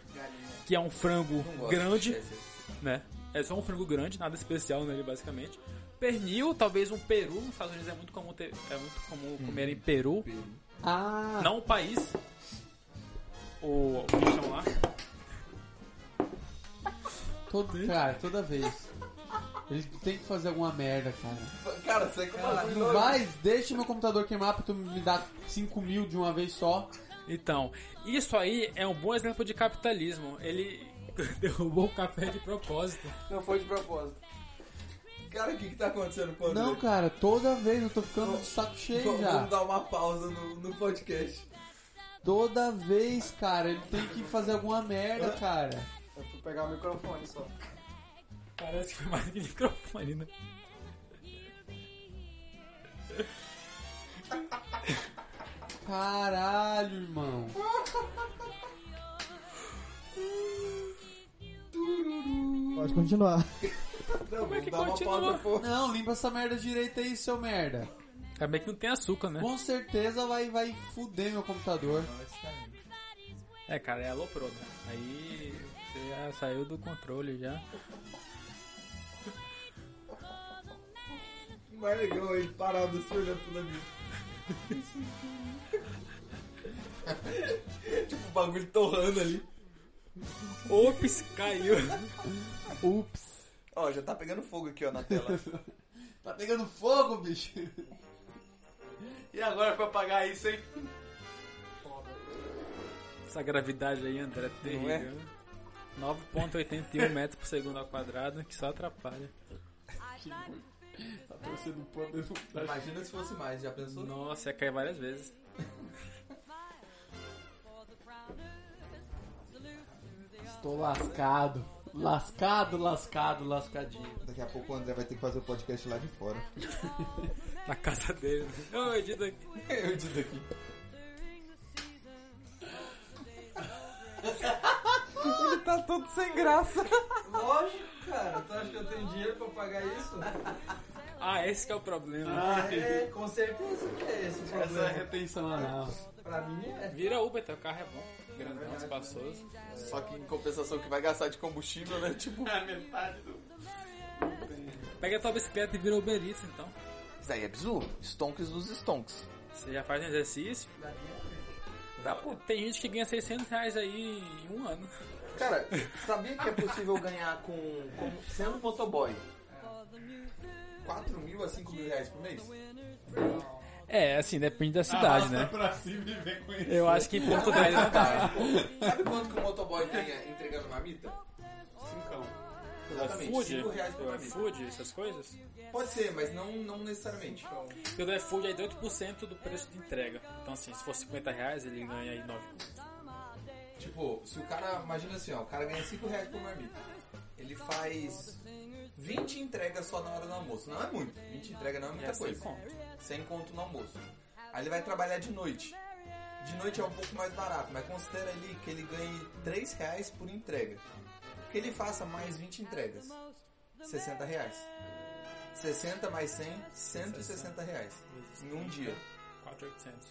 C: que é um frango
B: Não gosto de
C: grande,
B: Chester.
C: né? É só um frango grande, nada especial nele, basicamente. Pernil, talvez um peru. Nos Estados Unidos é muito comum, ter, é muito comum comer em peru.
A: Ah,
C: Não o país. O, o que chamam lá.
A: todo, cara, toda vez. Ele tem que fazer alguma merda, cara.
B: Cara, você é como azul,
A: Não vai, deixa meu computador queimar pra tu me dar 5 mil de uma vez só.
C: Então, isso aí é um bom exemplo de capitalismo. Ele derrubou o café de propósito.
B: Não foi de propósito. Cara, o que que tá acontecendo com o André?
A: Não, cara, toda vez eu tô ficando de saco cheio
B: Vamos
A: já.
B: dar uma pausa no, no podcast.
A: Toda vez, cara, ele tem que fazer alguma merda, cara.
G: Eu fui pegar o microfone só.
C: Parece que foi mais que microfone, né?
A: Caralho, irmão.
H: Pode continuar.
B: Não,
C: Como é que
B: vamos dar uma
C: continua?
B: pausa, pô.
A: Não, limpa essa merda direita aí, seu merda.
C: É bem que não tem açúcar, né?
A: Com certeza vai, vai fuder meu computador.
C: É, cara, é aloprou, né? Aí você já saiu do controle já.
B: Mais legal ele parado se olhando pro Davi. tipo, o bagulho torrando ali.
C: Ops, caiu.
A: Ups.
B: Ó, já tá pegando fogo aqui, ó, na tela.
A: Tá pegando fogo, bicho.
E: E agora pra pagar isso, hein?
C: Essa gravidade aí, André, é terrível.
B: é?
C: né? 9.81 metros por segundo ao quadrado, que só atrapalha.
A: Tá torcendo poder.
B: Imagina se fosse mais, já pensou?
C: Nossa, ia cair várias vezes.
A: Estou lascado. Lascado, lascado, lascadinho.
B: Daqui a pouco o André vai ter que fazer o podcast lá de fora.
C: Na casa dele. né? Ô, Edito aqui.
B: Eu digo aqui.
D: Tá tudo sem graça.
G: Lógico, cara. Tu acha que eu tenho dinheiro pra pagar isso?
C: Ah, esse que é o problema.
G: É, com certeza que é esse o
A: Essa
G: problema.
A: retenção anal.
G: Pra mim
D: Ah.
G: é.
C: Vira Uber, teu carro é bom. Grandão, espaçoso.
B: Só que em compensação que vai gastar de combustível, né? Tipo,
C: Pega a tua bicicleta e vira Uber Eats, então.
B: isso aí é bizu. Stonks dos stonks.
C: Você já faz um exercício.
B: Dá pô.
C: Tem gente que ganha 600 reais aí em um ano.
G: Cara, sabia que é possível ganhar com, com sendo motoboy?
B: 4 mil a 5 mil reais por mês?
C: É, assim, depende da cidade, né?
E: Pra cima e vem com
C: Eu acho que em Porto 10 não dá.
B: Tá. Sabe quanto que o motoboy ganha entregando marmita?
E: Cincão.
B: Exatamente,
C: Food,
B: 5 reais por marmita.
C: food, essas coisas.
B: Pode ser, mas não, não necessariamente.
C: Pelo iFood é aí 8% do preço de entrega. Então assim, se for 50 reais, ele ganha aí 9
B: Tipo, se o cara, imagina assim, ó, o cara ganha 5 reais por marmita. Ele faz 20 entregas só na hora do almoço. Não é muito. 20 entregas não é muita
C: É sem
B: coisa.
C: conto.
B: Sem conto no almoço. Aí ele vai trabalhar de noite. De noite é um pouco mais barato, mas considera ali que ele ganhe 3 reais por entrega. Que ele faça mais 20 entregas. 60 reais. 60 mais 100, 160 reais. Em um dia.
C: 4,800.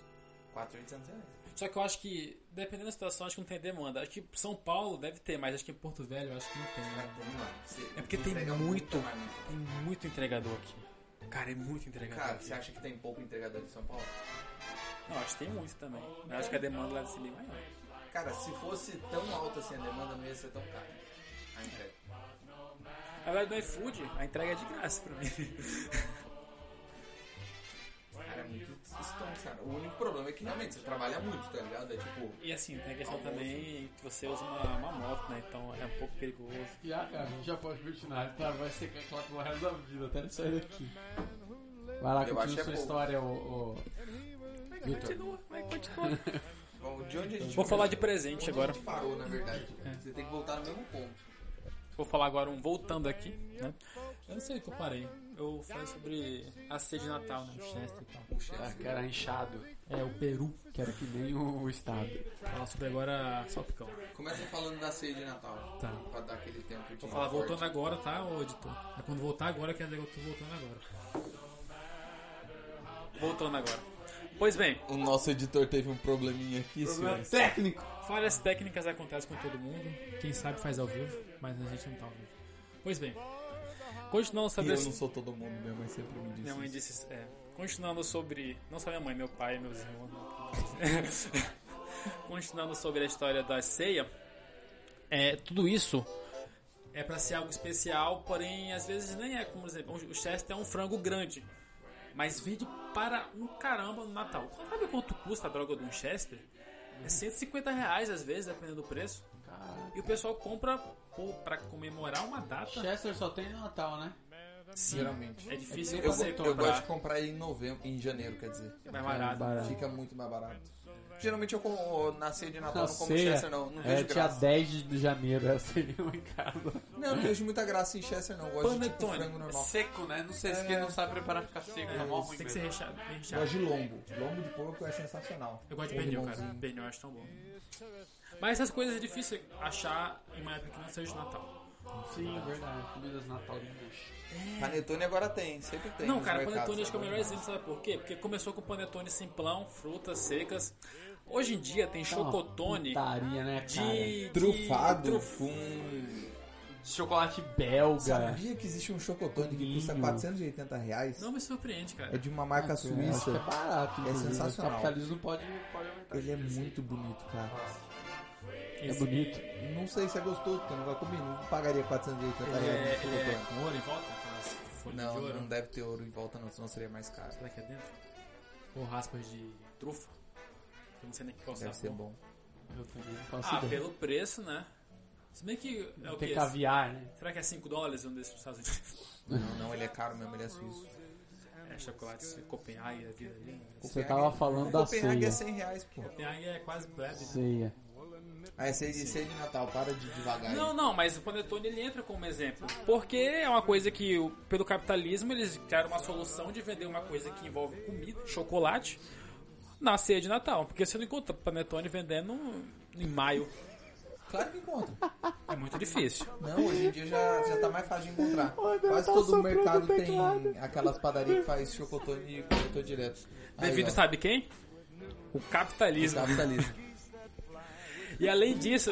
B: 4,800 reais.
C: Só que eu acho que, dependendo da situação, acho que não tem demanda. Acho que São Paulo deve ter, mas acho que em Porto Velho eu acho que não tem.
B: Ah,
C: né?
B: tem, mano. Você
C: É porque tem
B: entrega
C: muito.
B: muita marmita.
C: Tem muito entregador aqui. Cara, é muito entregador.
B: Cara,
C: aqui.
B: você acha que tem pouco entregador de São Paulo?
C: Não, acho que tem muito também. Mas acho que a demanda lá de cima é maior.
B: Cara, se fosse tão alta assim a demanda, não ia ser tão caro. A entrega.
C: Na verdade, no iFood, a entrega é de graça pra mim.
B: Cara, é muito estonto, cara. O único problema é que realmente você trabalha muito, tá ligado? É tipo,
C: E assim, tem a questão também que você usa uma, uma moto, né? Então é um pouco perigoso.
A: E ah, cara, a gente já pode continuar. Tá, vai ser claro pelo resto da vida, até ele sair daqui. Vai lá,
B: Eu acho que
A: continua
B: é
A: sua
B: pouco.
A: história, ô. ô... Victor.
C: Continua, vai, continua.
B: bom, de onde a gente.
C: Vou falar de
B: onde
C: presente agora. É.
B: A gente parou, na verdade. Você tem que voltar no mesmo ponto.
C: Vou falar agora um voltando aqui, né? Eu não sei o que eu parei. Eu falei sobre a sede de Natal, né? Chester e tal.
A: Ah, cara, inchado.
C: É, o Peru.
A: Quero que nem o Estado.
C: Vou falar sobre agora Salpicão.
B: Começa falando da ceia de Natal.
C: Tá.
B: Pra dar aquele tempo de.
C: Vou falar
B: forte.
C: voltando agora, tá, ô editor? É quando voltar agora quer dizer que eu tô voltando agora. Voltando agora. Pois bem,
B: O nosso editor teve um probleminha aqui, senhor.
C: é
A: Técnico!
C: Falhas técnicas acontecem com todo mundo. Quem sabe faz ao vivo, mas a gente não tá ao vivo. Pois bem, continuando
B: Eu
C: sobre.
B: não
C: esse-
B: sou todo mundo, minha mãe sempre me disse.
C: Minha mãe
B: isso.
C: disse. isso, é, continuando sobre. Não só minha mãe, meu pai, meus irmãos. continuando sobre a história da ceia. É, tudo isso é pra ser algo especial, porém às vezes nem é. Como exemplo, o Chester é um frango grande, mas vende para um caramba no Natal. Sabe quanto custa a droga de um Chester? É 150 reais às vezes, dependendo do preço. E o pessoal compra pô, pra comemorar uma data.
A: Chester só tem no Natal, né?
C: Sim.
B: geralmente.
C: É difícil
B: Eu,
C: você
B: eu gosto
C: comprar.
B: de comprar em novembro, em janeiro, quer dizer.
C: É Mais barato.
B: Fica muito mais barato. Geralmente eu com, na ceia de Natal
A: Na
B: Tá não como
A: ceia,
B: Chester, não. Não
A: É,
B: vejo
A: dia
B: graça.
A: 10 de janeiro, é assim, lá em casa.
B: Não, não vejo muita graça em Chester, não. Eu Gosto de tipo,
C: Panetone.
B: frango normal.
E: Seco, né? Não sei se quem não sabe preparar fica seco, tá mó
B: É,
E: ruim
C: É, Tem que ser
E: mesmo.
C: recheado. bem
B: Eu
C: recheado.
B: Gosto de lombo. Lombo de porco é sensacional.
C: Eu gosto de
B: Com
C: pernil, cara.
B: limãozinho.
C: Pernil eu acho tão bom. Mas essas coisas é difícil achar em uma época que não seja de Natal.
A: Sim, é verdade. Comidas natalinas.
B: Panetone agora tem, sempre tem.
C: não,
B: nos
C: cara,
B: mercados,
C: panetone acho que é o
B: né?
C: melhor exemplo, sabe por quê? Porque começou com panetone simplão, frutas secas. Hoje em dia tem chocotone
A: Putaria, né, cara?
C: de, de
B: Trufado
C: truf-
B: com...
A: Chocolate belga.
B: Sabia que existe um chocotone que custa
A: Milho.
B: 480 reais?
C: Não me surpreende, cara.
B: É de uma marca
A: Acho que é
B: suíça.
A: barato, inclusive.
B: sensacional.
A: O capitalismo pode, pode aumentar. assim.
B: Ele é muito bonito, cara.
A: É bonito.
B: Não sei se é gostoso, porque eu não vai comer. Não pagaria 480
C: Ele
B: reais
C: é,
B: no
C: ele é
B: chocotone.
C: com ouro em volta? Aquelas folhas de
B: né? Não,
C: ouro?
B: não deve ter ouro em volta, não, senão seria mais caro.
C: Será que é dentro? Ou raspas de trufa? Eu não sei nem qual
B: Deve ser
C: sabor.
B: bom.
A: Eu também não faço
C: Ah,
A: ideia.
C: pelo preço, né? Se bem que é o
A: Tem
C: quê?
A: caviar, né?
C: Será que é 5 dólares um desses dos Estados Unidos?
B: Não, não, ele é caro mesmo, ele é suíço.
C: É chocolate de Copenhague, a vida ali. né?
A: Você tava falando da
B: Copenhague
A: ceia.
B: é 100 reais, pô.
C: Copenhague é quase plebe. né?
A: Ceia.
B: Ah, é ceia de, ceia de Natal, para de devagar.
C: Não, não, mas o panetone ele entra como exemplo. Porque é uma coisa que, o- pelo capitalismo, eles criaram uma solução de vender uma coisa que envolve comida, chocolate, na ceia de Natal. Porque você não encontra panetone vendendo em maio.
B: Claro que encontra.
C: É muito difícil.
B: Não, hoje em dia já, já tá mais fácil de encontrar. Quase todo o mercado tem aquelas padarias que faz chocotone e cobertor direto. Aí,
C: Devido,
B: ó,
C: sabe quem? O capitalismo.
B: Capitalismo.
C: E além disso.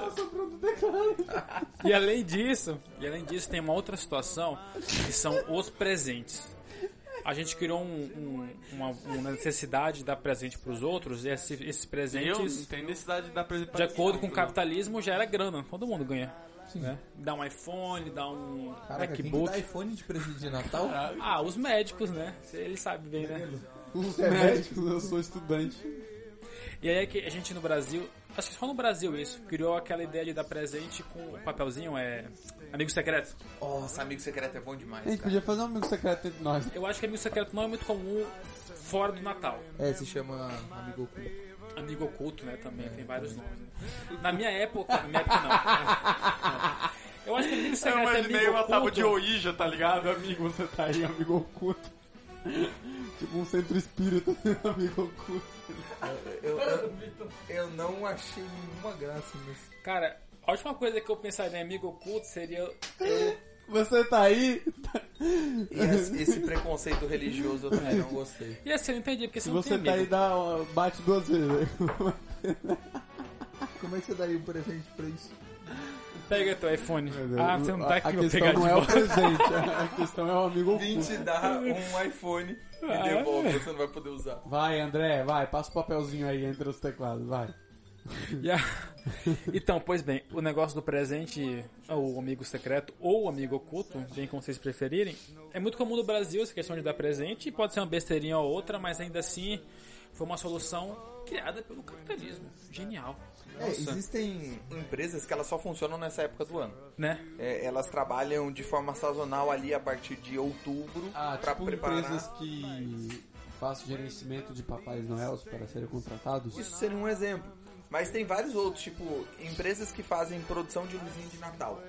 C: e além disso, e além disso, tem uma outra situação que são os presentes. A gente criou um- um- uma, uma necessidade de dar presente pros outros, e esse- esses,
E: Eu
C: presentes,
E: não tenho necessidade de dar presente
C: de
E: pra
C: acordo com o
E: ninguém,
C: capitalismo, gera grana. Todo mundo ganha. né? Dá um iPhone, dá um
B: Caraca, quem que
C: MacBook.
B: dá iPhone de presente de Natal?
C: Ah, os médicos, né? Eles sabem bem, né?
A: Os médicos, eu sou estudante.
C: E aí é que a gente no Brasil, acho que só no Brasil isso, criou aquela ideia de dar presente com um papelzinho, é. Amigo secreto.
B: Nossa, amigo secreto é bom
A: A
B: demais,
A: gente
B: cara.
A: podia fazer um amigo secreto entre nós.
C: Eu acho que amigo secreto não é muito comum fora do Natal.
B: É, se chama Amigo Oculto.
C: Amigo oculto, né, também, tem vários nomes. né? Na minha época, na minha época não. Eu acho que amigo
E: Eu
C: secreto é
E: imaginei
C: amigo
E: uma tábua de
C: oculto.
E: Ouija, tá ligado? Amigo, você tá aí, amigo.
A: Amigo oculto. Tipo um centro espírita, amigo oculto.
B: Eu, eu, eu não achei nenhuma graça nisso.
C: Cara, a última coisa que eu pensaria em amigo oculto seria...
A: Você tá aí?
B: E esse, esse preconceito religioso eu também não gostei.
C: E assim, eu não entendi, porque
A: Se
C: você,
A: você
C: não
A: tá
C: tem
A: aí,
C: amigo.
A: dá, ó, bate duas vezes.
B: Como é que você daria um presente pra isso?
C: Pega teu iPhone. Ah, você não tá
A: A
C: aqui, vou
A: questão
C: pegar de
A: não é o
C: volta.
A: presente, a questão é o amigo
B: Vim
A: oculto.
B: te dar um iPhone
A: Ah,
B: e
A: é.
B: devolve, você não vai poder usar.
A: Vai, André, vai, passa o papelzinho aí entre os teclados, vai.
C: E a- Então, pois bem, o negócio do presente, ou amigo secreto, ou amigo oculto, bem como vocês preferirem, é muito comum no Brasil essa questão de dar presente, pode ser uma besteirinha ou outra, mas ainda assim foi uma solução criada pelo capitalismo. Genial.
B: É,
C: Nossa,
B: existem empresas que elas só funcionam nessa época do ano.
C: né?
B: É, elas trabalham de forma sazonal ali a partir de outubro
A: Ah,
B: pra
A: tipo
B: preparar.
A: empresas que fazem gerenciamento de papais noels para serem contratados.
B: Isso seria um exemplo. Mas tem vários outros, tipo, empresas que fazem produção de luzinha de Natal.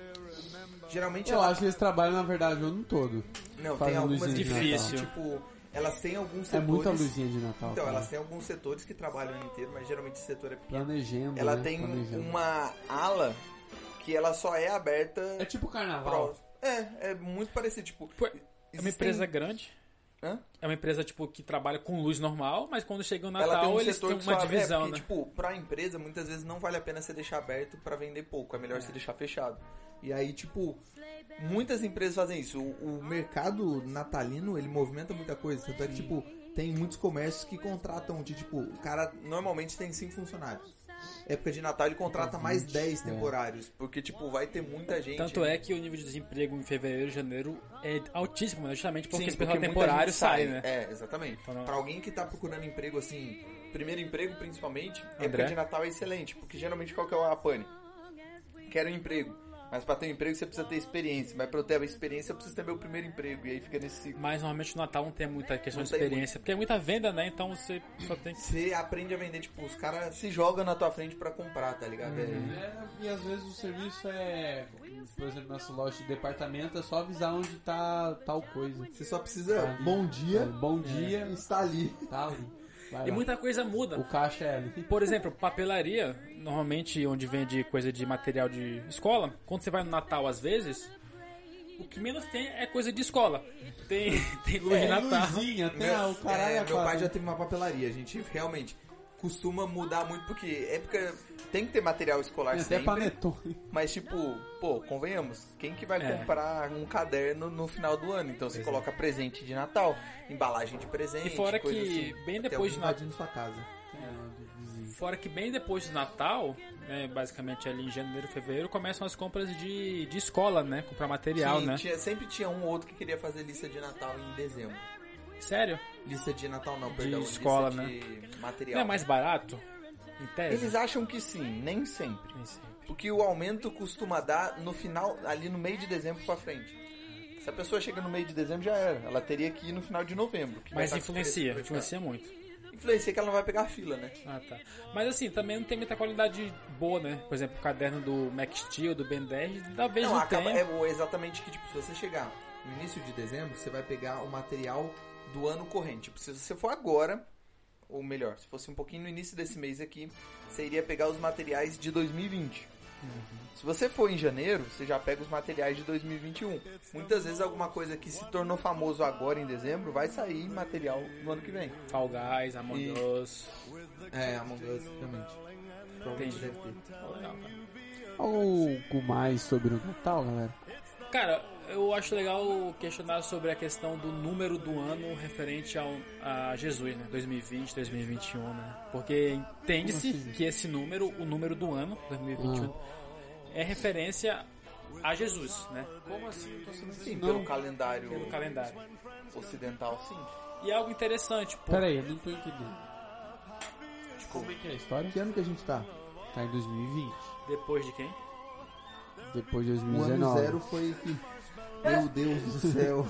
B: Geralmente
A: Eu
B: ela-
A: acho que eles trabalham, na verdade, o ano todo.
B: Não, tem
A: fazem
B: algumas
A: luzinha
C: de
B: empresas que,
C: Natal.
B: tipo, elas têm alguns
A: É
B: setores.
A: muita luzinha de Natal.
B: Então,
A: cara.
B: elas têm alguns setores que trabalham o ano inteiro, mas geralmente esse setor é pequeno.
A: Planejando,
B: Ela
A: né?
B: tem
A: Planejando.
B: uma ala que ela só é aberta
A: É tipo carnaval.
B: pro... É, é muito parecido, tipo,
C: Pô, É uma
B: existem-
C: empresa grande.
B: Hã?
C: É uma empresa tipo que trabalha com luz normal, mas quando chega o
B: ela tem
C: Natal
B: um
C: eles
B: setor
C: têm
B: que
C: uma
B: só abre- é,
C: divisão,
B: porque,
C: né?
B: tipo, pra empresa, muitas vezes não vale a pena você deixar aberto pra vender pouco. É melhor você deixar fechado. E aí, tipo, muitas empresas fazem isso. O, o mercado natalino, ele movimenta muita coisa. Tanto é que, tipo, tem muitos comércios que contratam de, tipo, o cara normalmente tem cinco funcionários. Época de Natal ele
C: É,
B: contrata mais 10 temporários, porque, tipo, vai ter muita gente.
C: Tanto é que o nível de desemprego em fevereiro e janeiro é altíssimo, né? justamente porque
B: Sim,
C: esse pessoal
B: muita
C: temporário
B: gente
C: sai, né?
B: É, exatamente.
C: Então, não.
B: Pra alguém que tá procurando emprego assim, primeiro emprego principalmente,
C: André?
B: época de Natal é excelente, porque geralmente qual que é o pane? Quero um emprego.
E: Mas pra ter um emprego você precisa ter experiência. Mas pra eu ter a experiência eu preciso ter meu primeiro emprego. E aí fica nesse ciclo.
C: Mas normalmente no Natal não tem muita questão
E: Não
C: de
E: tem
C: experiência, porque é muita venda, né? Então você só tem que.
E: Você aprende a vender, tipo, os caras se jogam na tua frente pra comprar, tá ligado? É.
A: É, e às vezes o serviço é, por exemplo, nessa loja de departamento, é só avisar onde tá tal coisa.
B: Você só precisa
H: Bom
A: É,
H: dia.
A: Bom dia,
B: estar ali.
A: tá ali. Vai
C: E
A: lá.
C: muita coisa muda.
A: O caixa é ali.
C: Por exemplo, papelaria, normalmente onde vende coisa de material de escola, quando você vai no Natal às vezes, o que menos tem é coisa de escola. Tem, tem luz de
A: É,
C: Natal.
A: luzinha, até
B: Meu,
A: o caralho
B: é,
A: é
B: meu pai
A: quatro.
B: já teve uma papelaria, a gente realmente costuma mudar muito porque é porque tem que ter material escolar
A: Tem até
B: sempre,
A: panetone.
B: mas tipo, pô, convenhamos, quem que vai
C: É.
B: comprar um caderno no final do ano? Então você coloca presente de Natal, embalagem de presente,
C: E fora
B: coisa
C: que
B: assim.
C: bem
B: Tem
C: depois de
B: alguém
C: Natal,
B: invadindo sua casa.
C: fora que bem depois do Natal, né, basicamente ali em janeiro, fevereiro, começam as compras de, de escola, né? Comprar material,
B: Sim,
C: né?
B: tinha- sempre tinha um ou outro que queria fazer lista de Natal em dezembro.
C: Sério?
B: Lista de Natal não, perdão,
C: escola,
B: lista
C: né?
B: de material.
C: Não é mais barato? Em tese?
B: Eles acham que sim, nem sempre.
C: Nem sei.
B: Porque o aumento costuma dar no final, ali no meio de dezembro pra frente. Se a pessoa chega no meio de dezembro, já era. Ela teria que ir no final de novembro. que vai
C: Mas
B: estar com
E: é.
C: influencia,
B: preço praticamente.
C: influencia muito.
B: Influencia que ela não vai pegar fila, né?
C: Ah, tá. Mas assim, também não tem muita qualidade boa, né? Por exemplo, o caderno do Mac Steel, do Ben 10, talvez não,
B: não, acaba,
C: tenha.
B: é o- exatamente que, tipo, se você chegar no início de dezembro, você vai pegar o material do ano corrente. Tipo, se você for agora, ou melhor, se fosse um pouquinho no início desse mês aqui, você iria pegar os materiais de 2020. Se você for em janeiro, você já pega os materiais de 2021. Muitas vezes alguma coisa que se tornou famoso agora em dezembro vai sair material no ano que vem.
C: Fall Guys, Among
B: E-
C: Us.
B: É, Among Us, realmente.
C: Provavelmente
B: deve ter.
C: Legal, cara.
A: Algo mais sobre o Natal, galera?
C: Cara, eu acho legal questionar sobre a questão do número do ano referente ao, a Jesus, né? 2020, 2021, né? Porque entende-se
A: Como assim?
C: que esse número, o número do ano, 2021, é referência a Jesus, né?
A: Como assim? Tô sendo
B: Sim,
A: não.
B: pelo calendário
C: Pelo calendário.
B: ocidental, sim.
C: E é algo interessante, pô.
A: Peraí, eu não tô entendendo. Como é que é a história?
H: Que ano que a gente tá?
A: Tá em 2020.
C: Depois de quem?
A: Depois de
H: O ano
A: 2019.
H: zero foi que. Meu Deus do céu.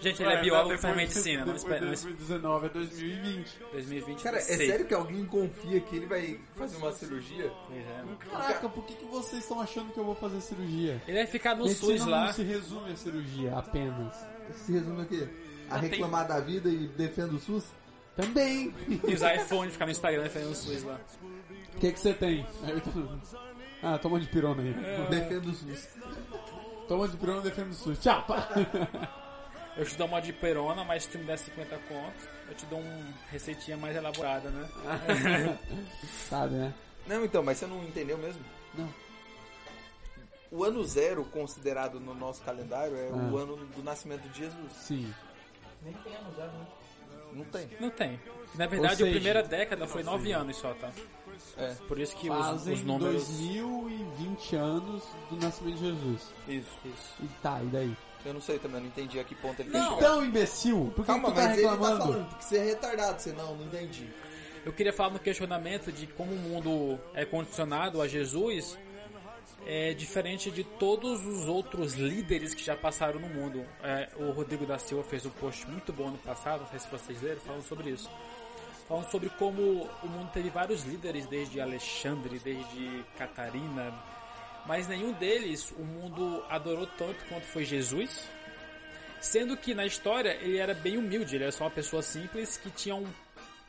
C: Gente, ele é
A: né,
C: biólogo e faz medicina, não espera. não
A: 2019 é 2020.
C: 2020
B: Cara, é
C: sei.
B: sério que alguém confia que ele vai fazer uma cirurgia?
C: Pois é, mano.
A: Caraca, por que, que vocês estão achando que eu vou fazer cirurgia?
C: Ele vai ficar no
A: Medicina
C: SUS lá.
A: não se resume a cirurgia apenas.
H: Se resume a quê? A reclamar da vida e defendo o SUS?
A: Também.
C: E usar iPhone, ficar no Instagram e fazer um SUS lá.
A: O que que você tem? Aí eu tô- Ah, toma de pirona aí.
C: É.
H: Defendo o SUS.
A: Toma de pirona, defende o SUS. Tchau. pá.
C: Eu te dou uma de perona, mas se tu me der 50 conto, eu te dou uma receitinha mais elaborada, né?
A: Sabe, né?
B: Não, então, mas você não entendeu mesmo?
A: Não.
B: O ano zero, considerado no nosso calendário, é o
A: Ah.
B: ano do nascimento de Jesus.
A: Sim.
G: Nem tem anos já, né?
B: Não tem.
C: Não tem. Na verdade,
A: seja-
C: a primeira década foi 9 anos só, tá?
B: É.
C: Por isso que os,
A: Fazem
C: os números...
A: 2020 anos do nascimento de Jesus.
B: Isso, isso.
A: E tá, e daí?
B: Eu não sei também, eu não entendi a que ponto ele
C: Não.
B: quer chegar.
A: Então, imbecil, por que,
B: Calma,
A: que tu tá
B: mas ele tá
A: reclamando?
B: falando, porque você é retardado, você não, não entendi.
C: Eu queria falar no questionamento de como o mundo é condicionado a Jesus é diferente de todos os outros líderes que já passaram no mundo. É, o Rodrigo da Silva fez um post muito bom no passado, não sei se vocês leram, falando sobre isso. Falando sobre como o mundo teve vários líderes, desde Alexandre, desde Catarina, mas nenhum deles o mundo adorou tanto quanto foi Jesus. Sendo que na história ele era bem humilde, ele era só uma pessoa simples que tinha um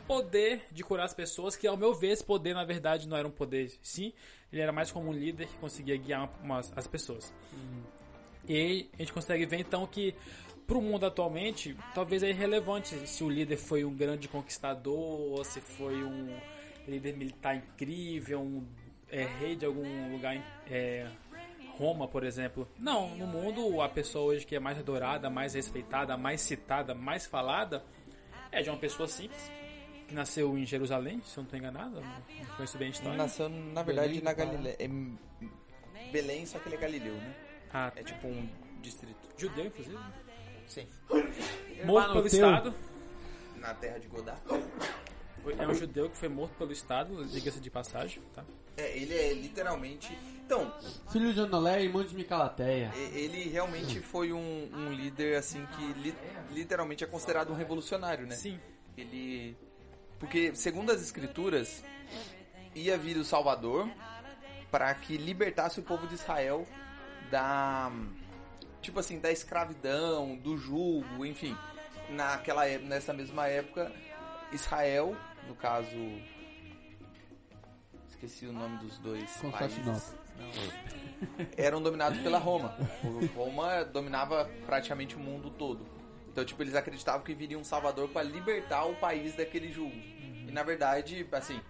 C: poder de curar as pessoas, que ao meu ver esse poder na verdade não era um poder, sim, ele era mais como um líder que conseguia guiar umas- as pessoas. E aí a gente consegue ver então que pro mundo atualmente, talvez é irrelevante se o líder foi um grande conquistador, ou se foi um líder militar incrível, um é, rei de algum lugar, é, Roma, por exemplo. Não, no mundo a pessoa hoje que é mais adorada, mais respeitada, mais citada, mais falada, é de uma pessoa simples, que nasceu em Jerusalém, se eu não estou enganado, não conheço bem a história.
B: Nasceu, na verdade, na Galileia. É Belém, só que ele é Galileu, né?
C: Ah,
B: É tipo um distrito.
C: judeu, inclusive.
B: Sim.
C: Morto pelo
A: teu.
C: Estado.
B: Na terra de Godá.
C: É um judeu que foi morto pelo Estado, diga-se de passagem, tá?
B: É, ele é literalmente. Então,
A: Filho de Anolé e irmão de Micalateia.
B: e- ele realmente foi um, um líder assim que li- literalmente é considerado um revolucionário, né?
C: Sim.
B: Ele. Porque, segundo as escrituras, ia vir o Salvador para que libertasse o povo de Israel da. Tipo assim, da escravidão, do julgo, enfim. Naquela, é- nessa mesma época, Israel, no caso. Esqueci o nome dos dois. países.
A: Constantinopla.
B: Eram dominados pela Roma. O- Roma dominava praticamente o mundo todo. Então, tipo, eles acreditavam que viria um salvador para libertar o país daquele julgo. E na verdade, assim,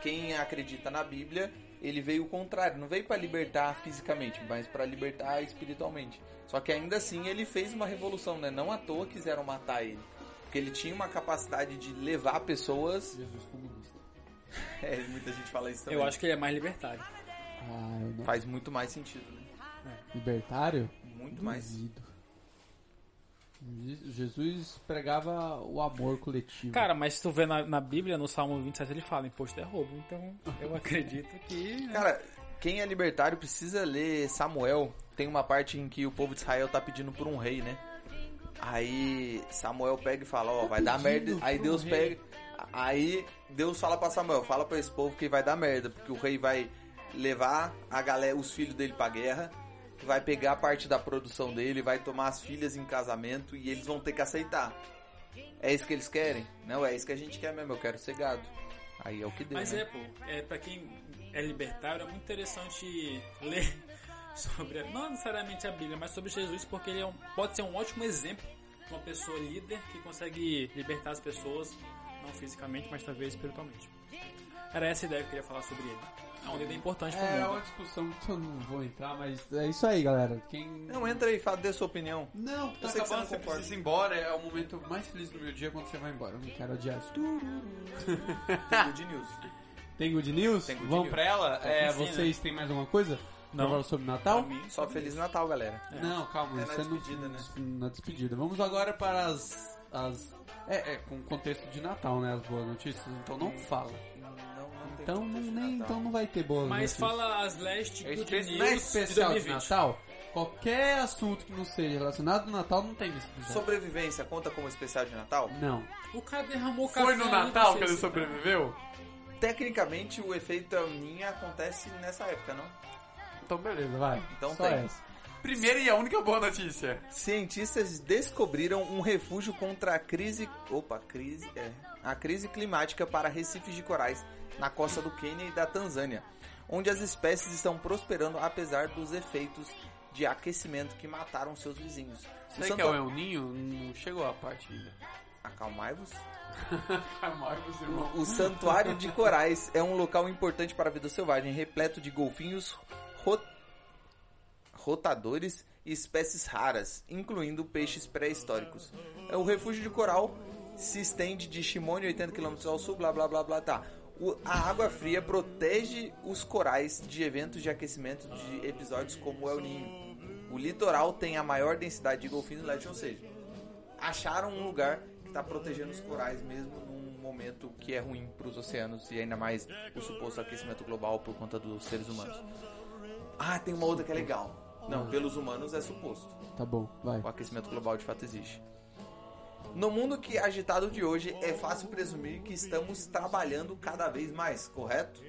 B: quem acredita na Bíblia, ele veio o contrário, não veio para libertar fisicamente, mas para libertar espiritualmente. Só que ainda assim ele fez uma revolução, né? Não à toa quiseram matar ele. Porque ele tinha uma capacidade de levar pessoas.
A: Jesus comunista.
B: É, muita gente fala isso também.
C: Eu acho que ele é mais libertário.
A: Ah, eu não.
B: faz muito mais sentido, né?
A: Libertário?
B: Muito mais.
A: Duvido. Jesus pregava o amor coletivo.
C: Cara, mas se tu vê na, na Bíblia, no Salmo 27, ele fala imposto é roubo. Então, eu acredito que...
B: Cara, quem é libertário precisa ler Samuel. Tem uma parte em que o povo de Israel tá pedindo por um rei, né? Aí Samuel pega e fala, ó,
C: Tá
B: vai dar merda.
C: um
B: Aí Deus pega. Aí Deus fala pra Samuel, fala pra esse povo que vai dar merda, porque o rei vai levar a galera, os filhos dele pra guerra, vai pegar a parte da produção dele, vai tomar as filhas em casamento e eles vão ter que aceitar. É isso que eles querem? Não, é isso que a gente quer mesmo, eu quero ser gado. Aí é o que deu.
C: Mas
B: né?
C: é, pô, é, pra quem é libertário, é muito interessante ler sobre, não necessariamente a Bíblia, mas sobre Jesus, porque ele é um- pode ser um ótimo exemplo de uma pessoa líder que consegue libertar as pessoas, não fisicamente, mas talvez espiritualmente. Era essa a ideia que eu queria falar sobre ele. É um líder importante pro
A: É uma
C: mundo.
A: discussão que eu não vou entrar, mas é isso aí, galera. Quem.
B: Não, entra aí, fala, dê sua opinião.
A: Não, tá
B: Eu sei que você não
A: acabando, você
B: concorda.
A: precisa ir embora. É o momento mais feliz do meu dia quando você vai embora. Eu não quero adiar isso.
B: Good news.
A: Tem good news?
B: Tem good
A: Vamos
B: news. Tá
A: pra ela? É,
C: sim,
A: vocês têm mais alguma coisa?
C: Não.
A: Pra falar sobre Natal?
B: então,
C: Pra mim,
B: Só Feliz Natal, galera.
A: Não, calma,
B: É na
A: você não-
B: despedida, né?
A: Na despedida. Vamos agora para as. as... É, é, com contexto de Natal, né? As boas notícias. Então não fala.
B: Não, não tem
A: Então
B: contexto de
A: nem
B: Natal.
A: então não vai ter boa
C: Mas
A: notícia.
C: fala as last
A: É
C: good
A: espe-
C: news
A: não é
C: de
A: especial de
C: 2020.
A: Natal. Qualquer assunto que não seja relacionado ao Natal não tem nesse episódio.
B: Sobrevivência conta como especial de Natal?
A: Não.
C: O cara derramou café.
A: Foi no Natal que ele
C: ele
B: né?
A: sobreviveu?
B: Tecnicamente, o efeito Aninha acontece nessa época, não?
A: Então beleza, vai.
B: Então
A: Só
B: tem.
A: essa. Primeira e a única boa notícia.
B: Cientistas descobriram um refúgio contra a crise. Opa, crise. É. A crise climática para recifes de corais na costa do Quênia e da Tanzânia, onde as espécies estão prosperando apesar dos efeitos de aquecimento que mataram seus vizinhos. O
A: Sei que
B: Santo-
A: é o El Ninho, não chegou a parte ainda.
B: Acalmai-vos.
A: Amargos, irmão.
B: O Santuário de Corais é um local importante para a vida selvagem, repleto de golfinhos, ro- rotadores e espécies raras, incluindo peixes pré-históricos. É, O refúgio de coral se estende de Shimone 80 km ao sul, blá blá blá blá, tá. O- a água fria protege os corais de eventos de aquecimento de episódios como o El Ninho. O litoral tem a maior densidade de golfinhos do leste, ou seja, acharam um lugar que está protegendo os corais mesmo num momento que é ruim para os oceanos e ainda mais o suposto aquecimento global por conta dos seres humanos. Ah, tem uma outra que é legal. Não, pelos humanos é suposto.
A: Tá bom, vai.
B: O aquecimento global de fato existe. No mundo que agitado de hoje, é fácil presumir que estamos trabalhando cada vez mais, correto?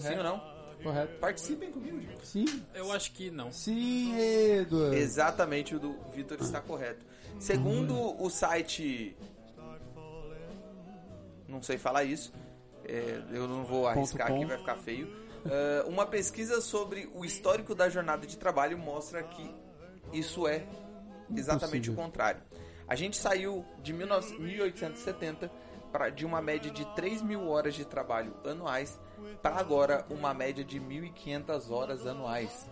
B: Sim ou não?
A: Correto.
B: Participem comigo, gente.
A: Sim.
C: Eu acho que não.
A: Sim, Eduardo.
B: Exatamente, o do Vitor está correto. Segundo o site. Não sei falar isso. é, eu não vou arriscar
A: com.
B: aqui, vai ficar feio. Ah, uma pesquisa sobre o histórico da jornada de trabalho mostra que isso é exatamente
A: Impossível.
B: o contrário. A gente saiu de 19 1870 pra, de uma média de 3 mil horas de trabalho anuais para agora uma média de 1.500 horas anuais.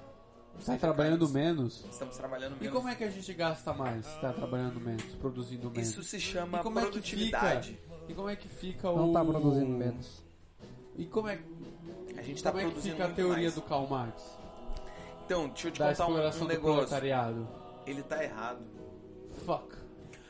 A: Tá trabalhando menos?
B: Estamos trabalhando
A: E
B: menos.
A: como é que a gente gasta mais?
B: Ah.
A: Tá trabalhando menos, produzindo menos.
B: Isso se chama
A: E como é que
B: produtividade.
A: E como é que fica o.
D: Não tá produzindo menos.
A: E como é,
B: A gente tá
A: como é que
B: produzindo
A: fica a
B: muito
A: teoria
B: mais.
A: do Karl Marx?
B: Então, deixa eu te
A: Da
B: contar um- um,
A: exploração do
B: negócio.
A: proletariado.
B: Ele tá errado.
A: Fuck.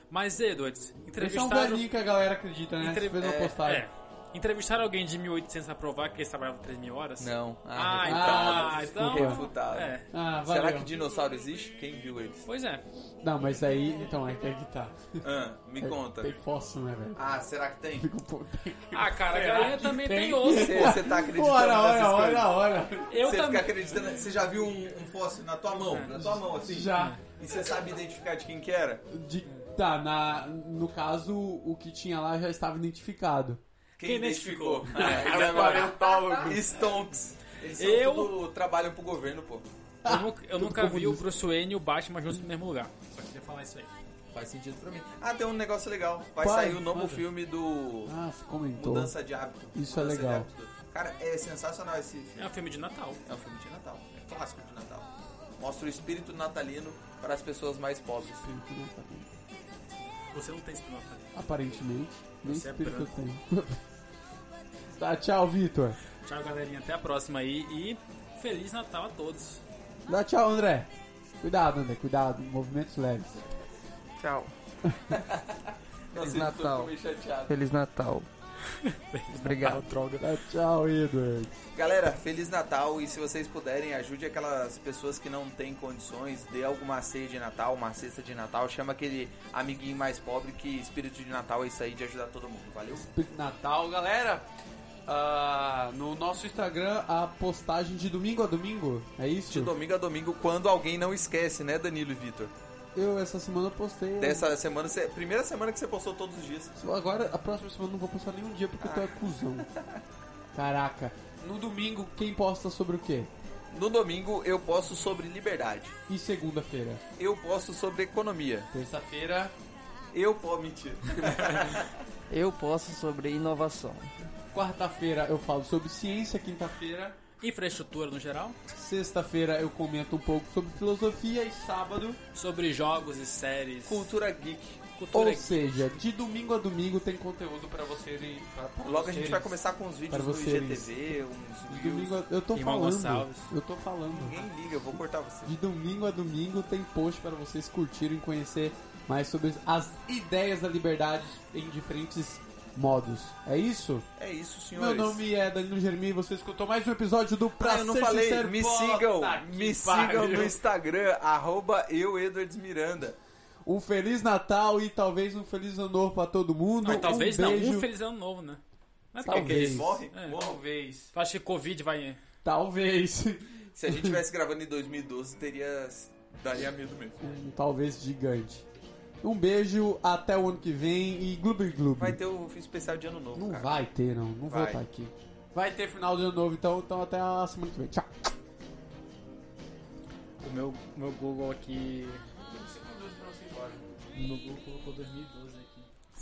C: Mas, Edwards,
A: Esse é um
C: entrevistaram...
A: galinho é um que a galera acredita, né?
C: Entrev-
A: Você fez uma
C: é,
A: postagem.
C: é. Entrevistaram alguém de 1800 pra provar que eles trabalhavam 3 mil hohoras?
B: Não.
C: Ah,
A: refutado,
C: então...
A: desculpa.
C: então
B: Refutado.
C: É.
A: Ah, valeu.
B: Será que dinossauro existe? Quem viu eles?
C: Pois é.
A: Não, mas aí, então, aí tem que tá.
B: Ah, me conta.
A: Tem fóssil, né, velho?
B: Ah, será que tem?
A: Fica um pouco...
C: Ah, cara, a galera também
A: tem?
C: tem osso.
B: Você, você tá acreditando
A: Ora,
B: nessas
A: ora,
B: coisas?
A: ora, ora.
C: Eu
B: você
C: também.
B: fica acreditando. Você já viu um, um fóssil na tua mão? Na tua mão, assim?
A: Já.
B: E você sabe identificar de quem que era?
A: De- tá, na, no caso, o que tinha lá já estava identificado.
C: Quem
B: Quem, identificou?
C: identificou?
B: Paleontólogo. Stonks. Eles são
C: Eu-
B: tudo- trabalham pro governo, pô.
C: Eu nunca, eu nunca vi o Bruce Wayne e o Batman juntos no mesmo lugar. Só queria falar isso aí.
B: Faz sentido pra mim. Ah, tem um negócio legal. Vai
A: Qual?
B: sair o novo
A: Manda.
B: filme do
A: Ah, você comentou.
B: Mudança de Hábito.
A: Isso é
B: Mudança de
A: legal.
B: Hábito. Cara, é sensacional esse filme.
C: É um filme de Natal.
B: É um filme de Natal. É clássico de Natal. Mostra o espírito natalino para as pessoas mais pobres.
A: Espírito não tá bem.
C: Você não tem spin-off ali.
A: Aparentemente. Nem
C: Você é
A: espírito eu tenho. tá, tchau, Vitor.
C: Tchau, galerinha. Até a próxima aí. E Feliz Natal a todos.
A: Dá tchau, André. Cuidado, André. Cuidado. Movimentos leves.
D: Tchau.
B: Nossa,
D: Feliz
B: eu tô-
D: Natal.
B: tô meio chateado.
D: Feliz Natal. Obrigado.
A: Dá tchau, Edward.
B: Galera, Feliz Natal e se vocês puderem, ajude aquelas pessoas que não têm condições, dê alguma ceia de Natal, uma cesta de Natal, chama aquele amiguinho mais pobre que espírito de Natal é isso aí de ajudar todo mundo, valeu?
A: Natal, galera. Ah, no nosso Instagram, a postagem de domingo a domingo. É isso?
B: De domingo a domingo, quando alguém não esquece, né, Danilo e Vitor?
A: Eu, essa semana, postei.
B: Dessa semana, você- primeira semana que você postou todos os dias.
A: Agora, a próxima semana, eu não vou postar nenhum dia porque eu tô é cuzão. Caraca. No domingo, quem posta sobre o quê?
B: No domingo eu posto sobre liberdade,
A: E segunda-feira?
B: eu posto sobre economia,
A: Terça-feira.
B: eu posso mentir.
D: Eu posso sobre inovação.
A: Quarta-feira, eu falo sobre ciência. Quinta-feira.
C: Infraestrutura no geral.
A: Sexta-feira, eu comento um pouco sobre filosofia. E sábado.
C: Sobre jogos e séries.
B: Cultura geek.
C: Cultura
A: Ou seja, de domingo a domingo tem conteúdo pra vocês. pra- pra
B: Logo a gente
A: vocês.
B: vai começar com os
A: Para
B: vídeos do
A: vocês.
B: IGTV, uns
A: De
B: reels.
A: domingo a... Eu tô
C: Irmão
A: falando.
C: Gonçalves.
A: Eu tô falando.
B: Ninguém liga, eu vou cortar você.
A: De domingo a domingo tem post para vocês curtirem e conhecer mais sobre as ideias da liberdade em diferentes modos. É isso?
B: É isso,
A: Meu
B: senhores.
A: nome é Danilo Germi e você escutou mais um episódio do Pra
B: Ah, eu não
A: Ser
B: falei.
A: Sincero
B: me
A: Puta
B: sigam,
A: que
B: me sigam
A: pariu.
B: no Instagram, arroba eu, Edwards Miranda.
A: Um Feliz Natal e talvez um Feliz Ano Novo pra todo mundo.
C: Não, talvez
A: um
C: não.
A: beijo.
C: Um feliz ano novo, né? Não é
A: Talvez.
C: porque
B: Eles morrem?
C: É.
B: Morram.
I: Talvez.
C: Tu acha que Covid vai.
A: Talvez.
B: Se a gente tivesse gravando em 2012, teria. daria medo mesmo.
A: Um talvez gigante. Um beijo, até o ano que vem e gloob gloob.
B: Vai ter o especial de ano novo.
A: Não
B: cara.
A: vai ter, não. Não vou
B: Vai.
A: estar aqui. Vai ter final de ano novo, então, então até a semana que vem. Tchau.
C: O meu, meu Google aqui.
I: Segundos pra você ir embora.
C: Meu Google colocou 2012 aqui.